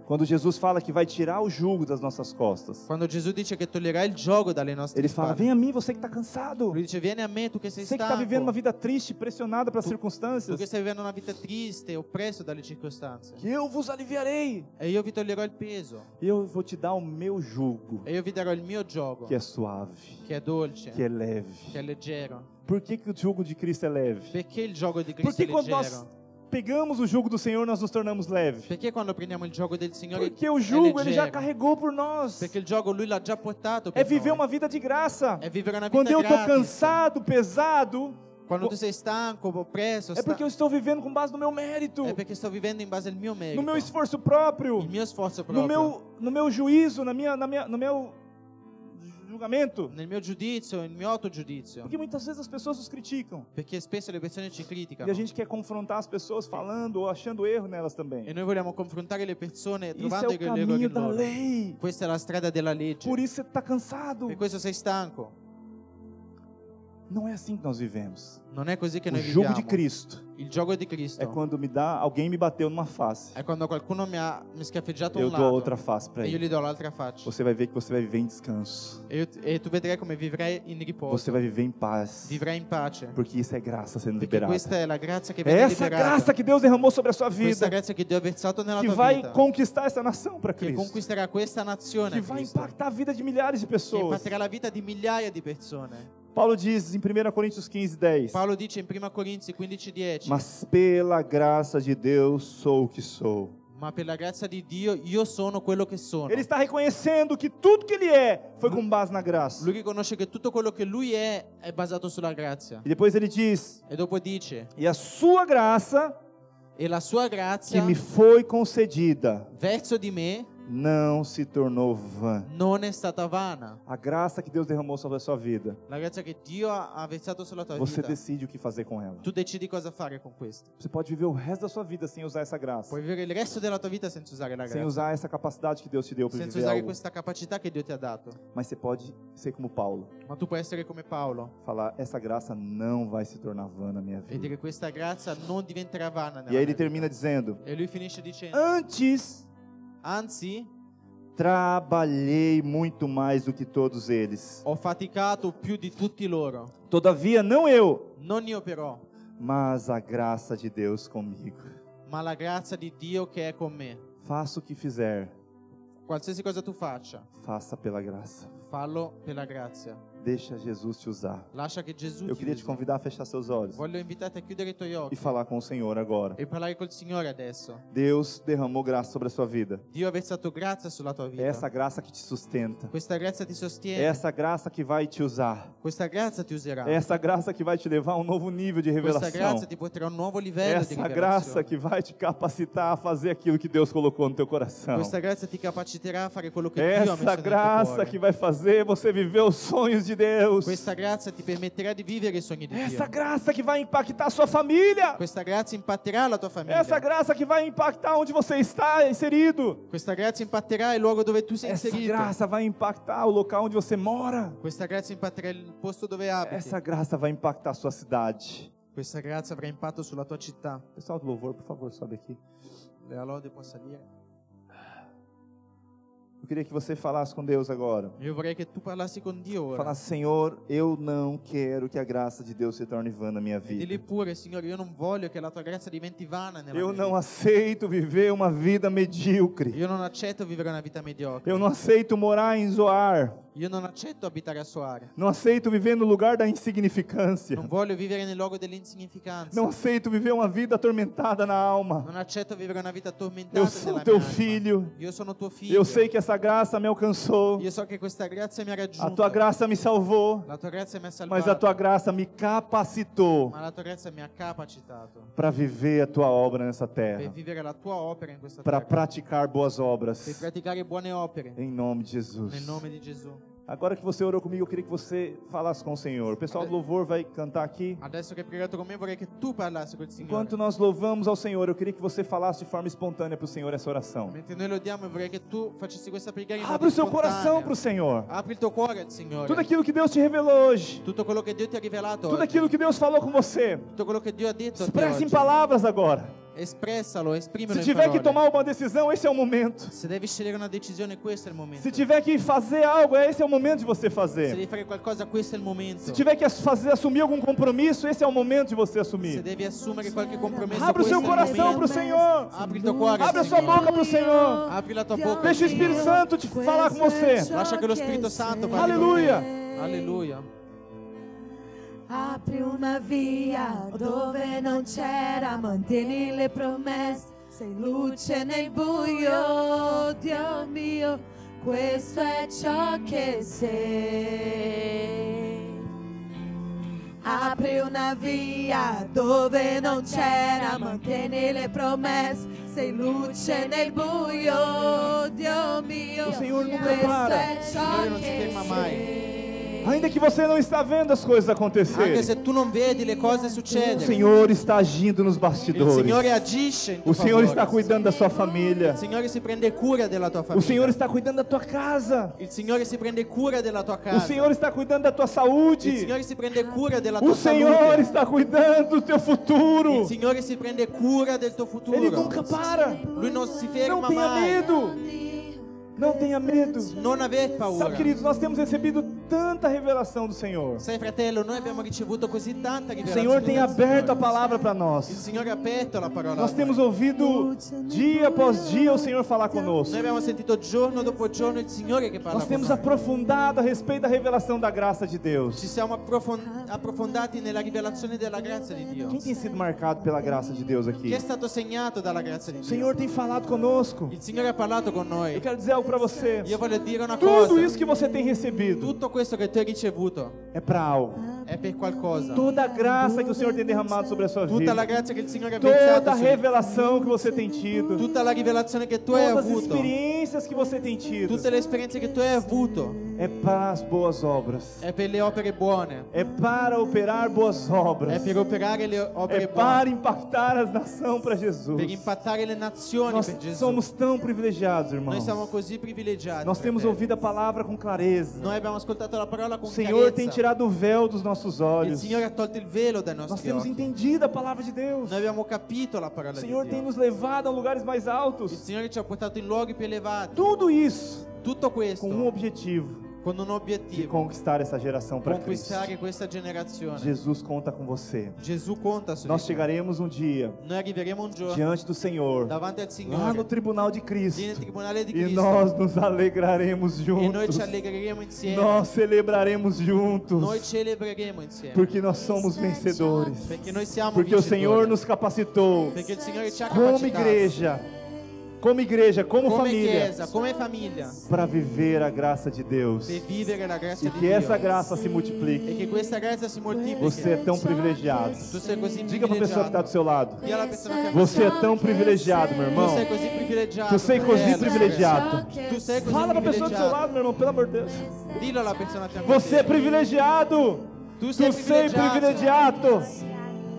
Quando Jesus fala que vai tirar o jugo das nossas costas, Quando Gesù dice che toglierà il gioco dalle nostre ele fala: spalle, Vem a mim, você que está cansado, lui dice vieni a me tu che sei você que stanco, está vivendo uma vida triste, pressionada pelas Tu- tu circunstâncias, che stai vivendo una vita triste, oppresso dalle circostanze, que eu vos aliviarei. e io vi toglierò il peso, Eu vou te dar o meu jugo, e io vi darò il mio gioco, que é suave, che è dolce, que é che è leve. leggero. Por que, que o jugo de Cristo é leve? Perché il gioco di Cristo Porque è quando leggero? nós pegamos o jugo do Senhor, nós nos tornamos leve. Perché quando prendiamo il gioco del Signore Porque o è jugo ele já leggero? carregou por nós. Perché il gioco lui l'ha già portato É per viver noi. É uma vida de graça. È vivere una vita Quando eu tô gratis. cansado, pesado, Quando tu sei stanco, oppresso, é sta- porque eu estou vivendo com base no meu mérito, è perché sto vivendo in base al mio merito, no meu esforço próprio, il mio sforzo proprio, no meu, no meu juízo, na minha, na minha, no meu julgamento. nel mio giudizio, nel mio autogiudizio. Porque muitas vezes as pessoas nos criticam. Perché spesso le persone ci criticano E a gente quer confrontar as pessoas falando ou achando erro nelas também. e noi vogliamo confrontare le persone Isso é trovando o che loro caminho da ignorano. lei. Questa è la strada della legge. Por isso você está cansado. Per questo sei stanco. Não é assim que nós vivemos. Non è così che O noi jugo viviamo. de Cristo Il gioco di Cristo é quando me dá, alguém me bateu numa face. è quando qualcuno mi ha mi ha schiaffeggiato Eu un dou a lato outra face para e io ele. gli do l'altra faccia. Você vai ver que você vai viver em descanso. E, io- e tu vedrai come vivrai in riposo, Você vai viver em paz. vivrai in pace. Porque isso é graça sendo Perché liberada. questa è la grazia che É viene essa liberata. graça que Deus derramou sobre a sua Questa vida grazia che Dio ha versato nella que tua vai vita. conquistar essa nação para che Cristo. conquisterà questa nazione. Que a vai Cristo, impactar a vida de milhares de che pessoas. impatterà la vita di migliaia di persone. Paulo diz em 1 Coríntios 15, 10. Paolo dice in 1 Corinzi 15:10, ma, Mas pela graça de Deus sou o que sou. per la grazia di Dio io sono quello che sono. Ele está reconhecendo que tudo que ele é foi com base na graça. Lui riconosce che tutto quello che lui è è basato sulla grazia. E depois ele diz: E dopo dice, E a sua graça e la sua que grazia me foi concedida verso di me não se tornou vã. non è stata vana. A graça que Deus derramou sobre a sua vida, La grazia che Dio ha ha versato sulla tua você vita. decide o que fazer com ela. tu decidi cosa fare con questo. Você pode viver o resto da sua vida sem usar essa graça, Puoi vivere il resto della tua vita senza usare la sem grazia, usar essa capacidade que Deus te deu para senza viver usare algo. questa capacità che Dio ti ha dato. Mas você pode ser como Paulo, Ma tu puoi essere come Paolo falar: Essa graça não vai se tornar vã na minha e vida. dire questa grazia non diventerà vana nella E aí ele mia termina vita." dizendo: E lui finisce dicendo, Antes anzi trabalhei muito mais do que todos eles. ho faticato più di tutti loro, Todavia, não eu, non io però, mas a graça de Deus comigo. ma la grazia di Dio che è con me. Faça o que fizer, Qualsiasi cosa tu faccia, faça pela graça. fallo per la grazia. Deixa Jesus te usar. Lascia che Gesù Eu ti queria te usi. convidar a fechar seus olhos Voglio invitarti a chiudere i tuoi e occhi falar com o Senhor agora. e parlare col Signore adesso. Deus derramou graça sobre a sua vida. Dio ha versato grazia sulla tua É vita. essa graça que te sustenta. Questa grazia ti É sostiene. essa graça que vai te usar. Questa grazia ti userà. É essa graça que vai te levar a um novo nível de Questa revelação. grazia ti porterà a un nuovo É livello di essa rivelazione. graça que vai te capacitar a fazer aquilo que Deus colocou no teu coração. É Questa grazia ti capaciterà a fare quello che Dio ha messo Essa nel tuo graça cuore. que vai fazer você viver os sonhos de Deus. Questa grazia ti permetterà di vivere i sogni di Essa Dio. graça que vai impactar a sua família. Questa grazia impatterà la tua famiglia. Essa graça que vai impactar onde você está inserido. Questa grazia impatterà il luogo dove tu sei Essa inserito. graça vai impactar o local onde você mora. Questa grazia impatterà il posto dove abiti. Essa graça vai impactar a sua cidade. Questa grazia avrà impatto sulla tua città. Pessoal do louvor, por favor, sobe aqui. Le lode può salire. Eu queria que você falasse com Deus agora. Io vorrei che tu parlassi con Dio ora. Falasse, Senhor, eu não quero que a graça de Deus se torne vã na minha E vida. dilli pure, Signore, io non voglio che la tua grazia diventi vana nella Eu mia não vita. aceito viver uma vida medíocre. Io non accetto vivere una vita mediocre. Eu não aceito morar em Zoar. Io non accetto abitare a Soara. Não aceito viver no lugar da insignificância. Non voglio vivere nel luogo dell'insignificanza. Não aceito viver uma vida atormentada na alma. Non accetto vivere una vita tormentata Eu sou nella teu mia anima. filho. Io sono tuo figlio. Eu sei que essa graça me alcançou. Io so che questa grazia mi ha raggiunto. A tua graça me salvou. La tua grazia mi ha salvato. Mas a tua graça me capacitou Ma la tua grazia mi ha capacitato para viver a tua obra nessa per terra. vivere la tua opera in questa Para terra. praticar boas per obras. praticare buone opere Em nome de Jesus. nel nome di Gesù. Agora que você orou comigo, eu queria que você falasse com o Senhor. O pessoal do louvor vai cantar aqui. Adesso che hai pregato con me vorrei che tu parlassi col Signore. Enquanto nós louvamos ao Senhor, eu queria que você falasse de forma espontânea para o Senhor essa oração. Mentre noi lodiamo vorrei che tu facessi questa preghiera in Abre o modo seu coração spontaneo. para o Senhor. Apri il tuo cuore al Signore. Tudo aquilo que Deus te revelou hoje. Tutto quello che Dio ti ha rivelato Tudo oggi. aquilo que Deus falou com você. Tutto quello che Dio ha detto a te Expressa em oggi. palavras agora. Espressalo, esprimilo Se in tiver que parole. tomar uma decisão, esse é o momento. Se devi scegliere una decisione, questo è il momento. Se tiver que fazer algo, esse é o momento de você Se fazer. devi fare qualcosa, questo è il momento. Se tiver que as- fazer, assumir algum compromisso, esse é o momento de você Se assumir. devi assumere qualche compromesso, Abra o questo seu è il coração para o momento. Senhor. Apri il tuo cuore. Abre a sua Signore. boca para o Senhor. Apri la tua bocca. Deixa o Signore. Espírito Santo te falar com você. Lascia che lo Spirito Santo parli. Aleluia. con te. Alleluia. Apri una via dove non c'era, mantieni le promesse, sei luce nel buio, Dio mio, questo è ciò che sei. Apri una via dove non c'era, mantieni le promesse, sei luce nel buio, Dio mio, Il Signore non questo para. è ciò Signore non si che ferma mai. sei. Ainda que você não está vendo as coisas Anche acontecerem, se tu non vedi le cose o succedere, Senhor está agindo nos il Signore bastidores. agisce in tuo O Senhor favore. está cuidando da sua família. Il Signore si prende cura della tua O famiglia. Senhor está cuidando da tua casa. Il Signore si prende cura della tua casa. O Senhor está cuidando da tua Il saúde. Signore si prende cura della tua O Senhor salute. está cuidando do teu Il futuro. Signore si prende cura del tuo futuro. Ele nunca para. Lui non si Não ferma tenha mai. medo. Não tenha medo. Non aver paura. Sabe, queridos, nós temos recebido tanta revelação do Senhor. Sai fratello, noi abbiamo ricevuto così tanta O rivelazione. Senhor tem dal aberto a Signore. palavra para Il nós. Signore ha aperto la parola. Nós a temos noi. ouvido dia após dia o Senhor falar conosco. Noi abbiamo sentito giorno dopo giorno il Signore che parla Nós temos con noi. aprofundado a respeito da revelação da graça de Ci Deus. siamo approfon- approfondati nella rivelazione della grazia di Dio. Quem tem sido marcado pela graça de Deus aqui? Chi è stato segnato dalla grazia di O Dio? Senhor tem falado conosco. Il Signore ha parlato con noi. Eu quero dizer algo para você. Io voglio dire una Tudo cosa. isso que você tem recebido Tutto questo che tu hai ricevuto é para algo. è per qualcosa. Toda a graça que o Senhor tem derramado sobre a sua Tutta vida, la grazia che il Signore ha versato toda a su di te, revelação que você tem tido, tutta la rivelazione che tu hai todas as avuto, experiências que você tem tido, tutte le esperienze che tu hai avuto, é para as boas obras, è per le opere buone, é para operar boas è obras, per operare le opere é buone, para impactar as nações para per Jesus. impattare le nazioni Nós per Gesù. somos tão privilegiados, Noi irmãos. siamo così privilegiati. Nós temos fratello. ouvido a palavra com clareza. Noi abbiamo ascoltato la parola O con Senhor tem chiarezza. tirado o é véu dos nossos Il olhos. Signore ha tolto il velo dai Nós nostri temos occhi. entendido a palavra de Deus. Noi abbiamo capito la parola O Senhor di tem Dio. nos levado a lugares mais Il altos. Signore ci ha portato in luoghi più elevati. Tudo isso Tutto questo com um obietivo: con un de obiettivo, conquistar essa geração para Cristo. conquistare questa generazione. Jesus conta com você. Gesù conta su Nós di te. chegaremos um dia Noi arriveremo un giorno diante do Senhor, davanti al lá no Signore, tribunal de lì nel Cristo, tribunale di e Cristo, nós nos alegraremos e noi juntos. ci allegreremo insieme, Nós celebraremos noi juntos, celebreremo insieme, porque nós somos vencedores. perché noi siamo Porque o vincitori, Senhor nos capacitou perché il Signore ci ha como capacitato, igreja, como igreja, como é come família, chiesa, come famiglia, para viver a graça de Deus. per vivere la grazia E di que Dio, essa graça se e multiplique. che questa grazia si moltiplichi, Você é tão privilegiado. tu sei così Diga para a pessoa que está do privilegiato, seu lado. Dio alla persona che Você é tão privilegiado, meu tu irmão. sei così privilegiato, Tu sei così fratello, privilegiato. tu sei così Fala para a pessoa do seu privilegiato, lado, meu irmão, pelo amor de Deus. dillo alla persona che Você é privilegiado. tu sei Tu sei privilegiato, privilegiato.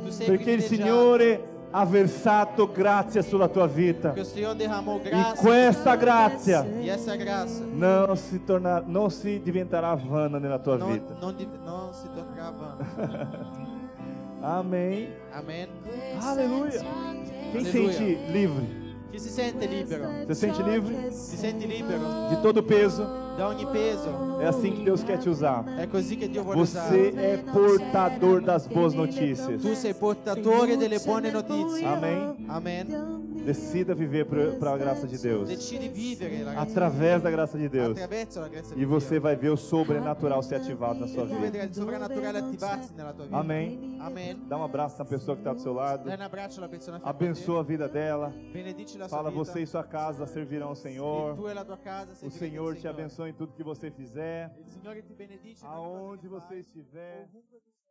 tu sei Perché il privilegiato. Signore ha versato grazia sulla é tua vita. Che o Senhor derramou E graça questa grazia e essa graça não se torna, não se diventará vana nella tua não, vita. não, di- não se tornerà vana. Amém. Amém. Aleluia. Quem Aleluia. sente livre? Chi si sente libero Você sente livre? Si senti libero de todo peso. da ogni peso. É assim que Deus quer te usar. È così che Dio vuole Você usare. é portador das boas notícias. Tu sei portatore delle buone notizie. Amém? Amen. Decida viver para a graça de Deus. Decidi vivere la grazia Através da graça de di Dio. Deus. attraverso la grazia E di você Dio. vai ver o sobrenatural ser ativado na sua Tu vida. vedrai il soprannaturale attivarsi nella tua vita. Amém? Amen. Dá um abraço na pessoa que está do seu lado. Dai un abbraccio alla persona fianco a te. Abençoa a vida dela. Benedici la sua Fala, vita. você e sua casa servirão ao E Senhor. tu e la tua casa O servirete al Senhor te Signore. abençoe em tudo que você fizer. Il Signore ti benedice in ogni cosa Aonde che você fai. estiver. Ovunque tu